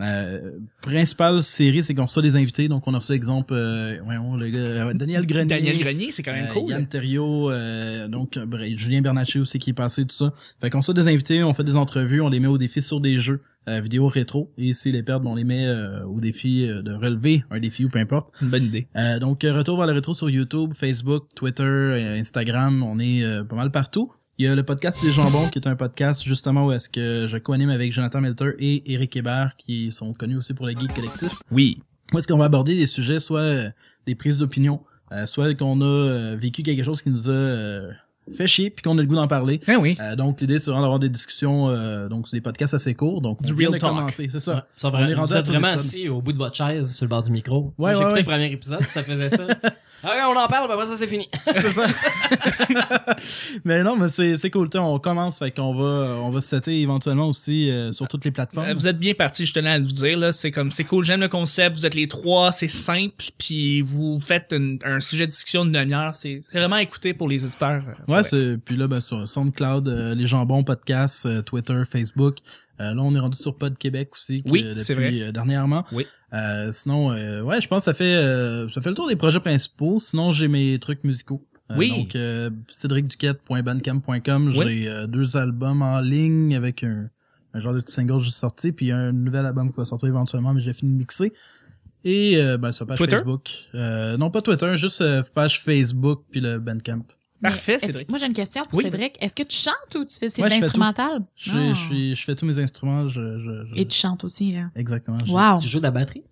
Speaker 2: Euh, principale série, c'est qu'on reçoit des invités. Donc, on a reçu, exemple, euh, voyons, le gars, euh, Daniel Grenier.
Speaker 1: Daniel Grenier, c'est quand même
Speaker 2: Euh,
Speaker 1: cool.
Speaker 2: Yann Terriot, euh, donc euh, bref, Julien Bernatchez aussi qui est passé, tout ça. Fait qu'on soit des invités, on fait des entrevues, on les met au défi sur des jeux euh, vidéo rétro. Et si les perdent, on les met euh, au défi euh, de relever un défi ou peu importe.
Speaker 1: Une bonne idée.
Speaker 2: Euh, donc, euh, retour vers le rétro sur YouTube, Facebook, Twitter, euh, Instagram, on est euh, pas mal partout. Il y a le podcast Les Jambons, qui est un podcast justement où est-ce que je co-anime avec Jonathan Melter et Eric Hébert, qui sont connus aussi pour le Geek Collectif
Speaker 1: Oui.
Speaker 2: où est-ce qu'on va aborder des sujets, soit euh, des prises d'opinion, euh, soit qu'on a euh, vécu quelque chose qui nous a euh, fait chier, puis qu'on a le goût d'en parler.
Speaker 1: Ah oui.
Speaker 2: Euh, donc l'idée c'est vraiment d'avoir des discussions, euh, donc c'est des podcasts assez courts, donc
Speaker 1: Du
Speaker 2: on vient
Speaker 1: real
Speaker 2: de
Speaker 1: talk.
Speaker 2: commencer, c'est ça.
Speaker 3: Ouais, ça,
Speaker 2: On est
Speaker 3: vous
Speaker 2: rendu à
Speaker 3: êtes
Speaker 2: tous
Speaker 3: vraiment
Speaker 2: les épisodes.
Speaker 3: assis au bout de votre chaise sur le bord du micro.
Speaker 2: Ouais,
Speaker 3: J'ai
Speaker 2: ouais,
Speaker 3: écouté
Speaker 2: ouais.
Speaker 3: le premier épisode, ça faisait ça. Ah, on en parle, ben après ça, c'est fini.
Speaker 2: c'est ça. mais non, mais c'est c'est cool, t'sais, on commence, fait qu'on va on va se setter éventuellement aussi euh, sur toutes les plateformes.
Speaker 1: Euh, Vous êtes bien parti, je tenais à vous dire là, c'est comme c'est cool, j'aime le concept, vous êtes les trois, c'est simple, puis vous faites une- un sujet de discussion d'une demi-heure, c'est c'est vraiment écouté pour les auditeurs. euh,
Speaker 2: Ouais,
Speaker 1: ouais.
Speaker 2: c'est puis là ben sur SoundCloud, euh, les jambons podcast, euh, Twitter, Facebook. Euh, là on est rendu sur Pod Québec aussi que-
Speaker 1: Oui,
Speaker 2: depuis
Speaker 1: c'est vrai.
Speaker 2: euh, dernièrement.
Speaker 1: Oui.
Speaker 2: Euh, sinon euh, ouais, je pense que ça fait euh, ça fait le tour des projets principaux, sinon j'ai mes trucs musicaux. Euh,
Speaker 1: Oui.
Speaker 2: Donc euh, cédricduquette.bandcamp.com,
Speaker 1: Oui.
Speaker 2: j'ai euh, deux albums en ligne avec un, un genre de petit single que j'ai sorti puis un nouvel album qui va sortir éventuellement mais j'ai fini de mixer. Et euh, ben sur page
Speaker 1: Twitter?
Speaker 2: Facebook. Euh, non pas Twitter, juste euh, page Facebook puis le Bandcamp.
Speaker 1: Parfait,
Speaker 4: Mais est-ce-
Speaker 1: Cédric.
Speaker 4: Moi, j'ai une question pour
Speaker 1: Oui.
Speaker 4: Cédric. Est-ce que tu chantes ou tu fais c'est
Speaker 2: Ouais,
Speaker 4: de
Speaker 2: je fais tout.
Speaker 4: l'instrumental?
Speaker 2: Je,
Speaker 4: Ah.
Speaker 2: je, suis- je fais tous mes instruments, je, je, je-
Speaker 4: Et tu chantes aussi. hein.
Speaker 2: exactement. je-
Speaker 4: Wow.
Speaker 3: Tu joues de la batterie?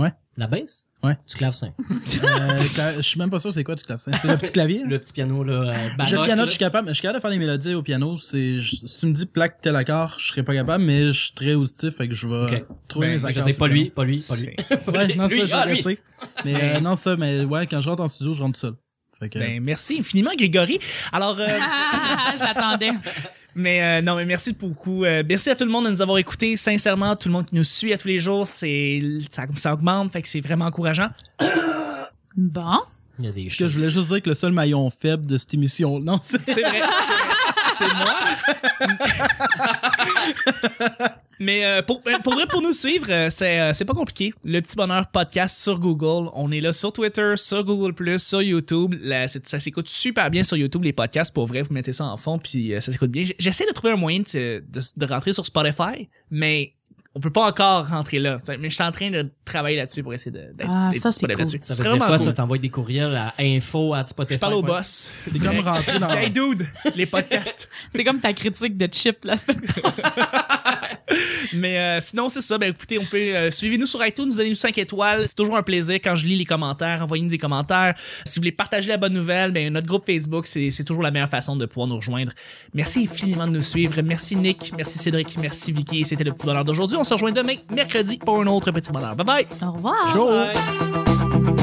Speaker 2: Ouais.
Speaker 3: La basse?
Speaker 2: Ouais.
Speaker 3: Tu claves ça.
Speaker 2: Euh, cla- je suis même pas sûr c'est quoi du clavecin. C'est le petit clavier. là?
Speaker 3: Le petit piano, là, euh, baroque.
Speaker 2: J'ai le piano,
Speaker 3: là.
Speaker 2: je suis capable, je suis capable de faire des mélodies au piano. C'est, je- si tu me dis plaque tel accord, je serais pas capable, mais je suis très auditif, fait que je vais
Speaker 3: Ok.
Speaker 2: trouver
Speaker 1: Ben,
Speaker 2: mes
Speaker 1: je
Speaker 3: Je veux
Speaker 2: accords.
Speaker 3: dire,
Speaker 2: sur
Speaker 3: pas
Speaker 2: le
Speaker 3: lui, pas lui, pas
Speaker 1: C'est-
Speaker 3: lui.
Speaker 2: piano. Ouais, non, ça,
Speaker 3: Lui,
Speaker 2: je
Speaker 3: ah,
Speaker 2: le
Speaker 3: lui. Ben.
Speaker 2: sais. Mais euh, non, ça, mais ouais, quand je rentre en studio, je rentre seul. Fait que,
Speaker 1: Ben, merci infiniment, Grégory. Alors, euh,
Speaker 4: Ah, je l'attendais.
Speaker 1: mais euh, non, mais merci beaucoup. Euh, merci à tout le monde de nous avoir écoutés. Sincèrement, tout le monde qui nous suit à tous les jours, c'est ça, ça augmente, fait que c'est vraiment encourageant.
Speaker 4: Bon.
Speaker 3: Il y a des
Speaker 2: Parce que
Speaker 3: choses.
Speaker 2: je voulais juste dire que le seul maillon faible de cette émission, non, c'est
Speaker 1: C'est vrai. c'est vrai. C'est moi. Mais euh, pour, euh, pour, vrai, pour nous suivre, euh, c'est, euh, c'est pas compliqué. Le Petit Bonheur Podcast sur Google. On est là sur Twitter, sur Google+, sur YouTube. Là, c'est- ça s'écoute super bien sur YouTube, les podcasts. Pour vrai, vous mettez ça en fond, puis euh, ça s'écoute bien. J- J'essaie de trouver un moyen de, de, de rentrer sur Spotify, mais on peut pas encore rentrer là. C'est- Mais je suis en train de travailler là-dessus pour essayer de, d'être
Speaker 4: Ah,
Speaker 1: d'être
Speaker 4: ça, c'est
Speaker 1: disponible
Speaker 4: cool.
Speaker 3: Ça
Speaker 1: C'est
Speaker 3: veut dire
Speaker 1: vraiment
Speaker 3: quoi,
Speaker 1: cool.
Speaker 3: ça? T'envoies des courriels à info, à Spotify.
Speaker 1: Je parle au boss.
Speaker 2: C'est comme
Speaker 1: Direct.
Speaker 2: rentrer dans-
Speaker 1: Je dis, Hey dude, les podcasts.
Speaker 4: C'est comme ta critique de Chip la semaine passée.
Speaker 1: Mais euh, sinon, c'est ça. Ben écoutez, on peut euh, suivez-nous sur iTunes, donnez-nous 5 étoiles. C'est toujours un plaisir quand je lis les commentaires. Envoyez-nous des commentaires. Si vous voulez partager la bonne nouvelle, ben notre groupe Facebook, c'est c'est toujours la meilleure façon de pouvoir nous rejoindre. Merci infiniment de nous suivre. Merci Nick, merci Cédric, merci Vicky. C'était le petit bonheur d'aujourd'hui. On se rejoint demain, mercredi, pour un autre petit bonheur. Bye bye.
Speaker 4: Au revoir.
Speaker 2: Ciao!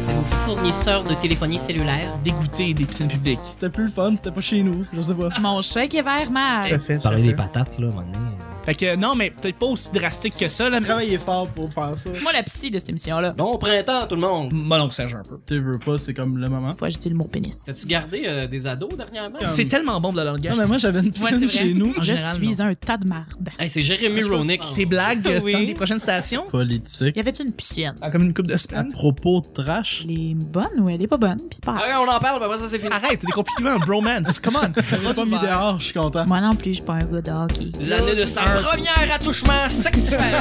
Speaker 3: C'est nos fournisseurs de téléphonie cellulaire.
Speaker 1: Dégoûté des piscines publiques.
Speaker 2: C'était plus le fun, c'était pas chez nous, je sais pas.
Speaker 4: Mon chèque est vert, mal.
Speaker 1: fait,
Speaker 3: Parler des patates, là, à un moment donné.
Speaker 1: Fait que euh, non, mais peut-être pas aussi drastique que ça, là. mais-
Speaker 2: Travailler fort pour faire ça.
Speaker 4: Moi, la psy de cette émission-là.
Speaker 3: Bon printemps, tout le monde!
Speaker 1: Bon, on singe un peu.
Speaker 2: Tu veux pas, c'est comme le moment.
Speaker 4: Fois, j'ai dit le mot pénis.
Speaker 3: T'as-tu gardé euh, des ados dernièrement?
Speaker 2: Comme-
Speaker 1: C'est tellement bon de la langage.
Speaker 2: Non, mais moi j'avais une
Speaker 4: Ouais,
Speaker 2: piscine
Speaker 4: c'est vrai.
Speaker 2: chez nous.
Speaker 1: En
Speaker 4: Je
Speaker 1: général,
Speaker 4: suis
Speaker 1: non.
Speaker 4: un tas de marde.
Speaker 3: Hey, c'est
Speaker 2: Ah,
Speaker 3: Jérémy Ronick.
Speaker 1: Tes blagues, euh, c'est
Speaker 4: Oui.
Speaker 1: dans des prochaines stations?
Speaker 2: Politique.
Speaker 4: Y avait-tu une piscine?
Speaker 1: Ah, Comme une coupe de
Speaker 2: À
Speaker 1: semaines.
Speaker 2: propos de trash,
Speaker 4: Elle est bonne ou elle est pas bonne? Puis c'est pas grave.
Speaker 3: Ouais, on en parle, ben moi ça c'est fini.
Speaker 1: Arrête, c'est des compliments, bromance, come on.
Speaker 2: j'ai pas mis dehors, je suis content.
Speaker 4: Moi non plus, je suis pas un gars de hockey.
Speaker 3: L'année de sa première attouchement sexuel.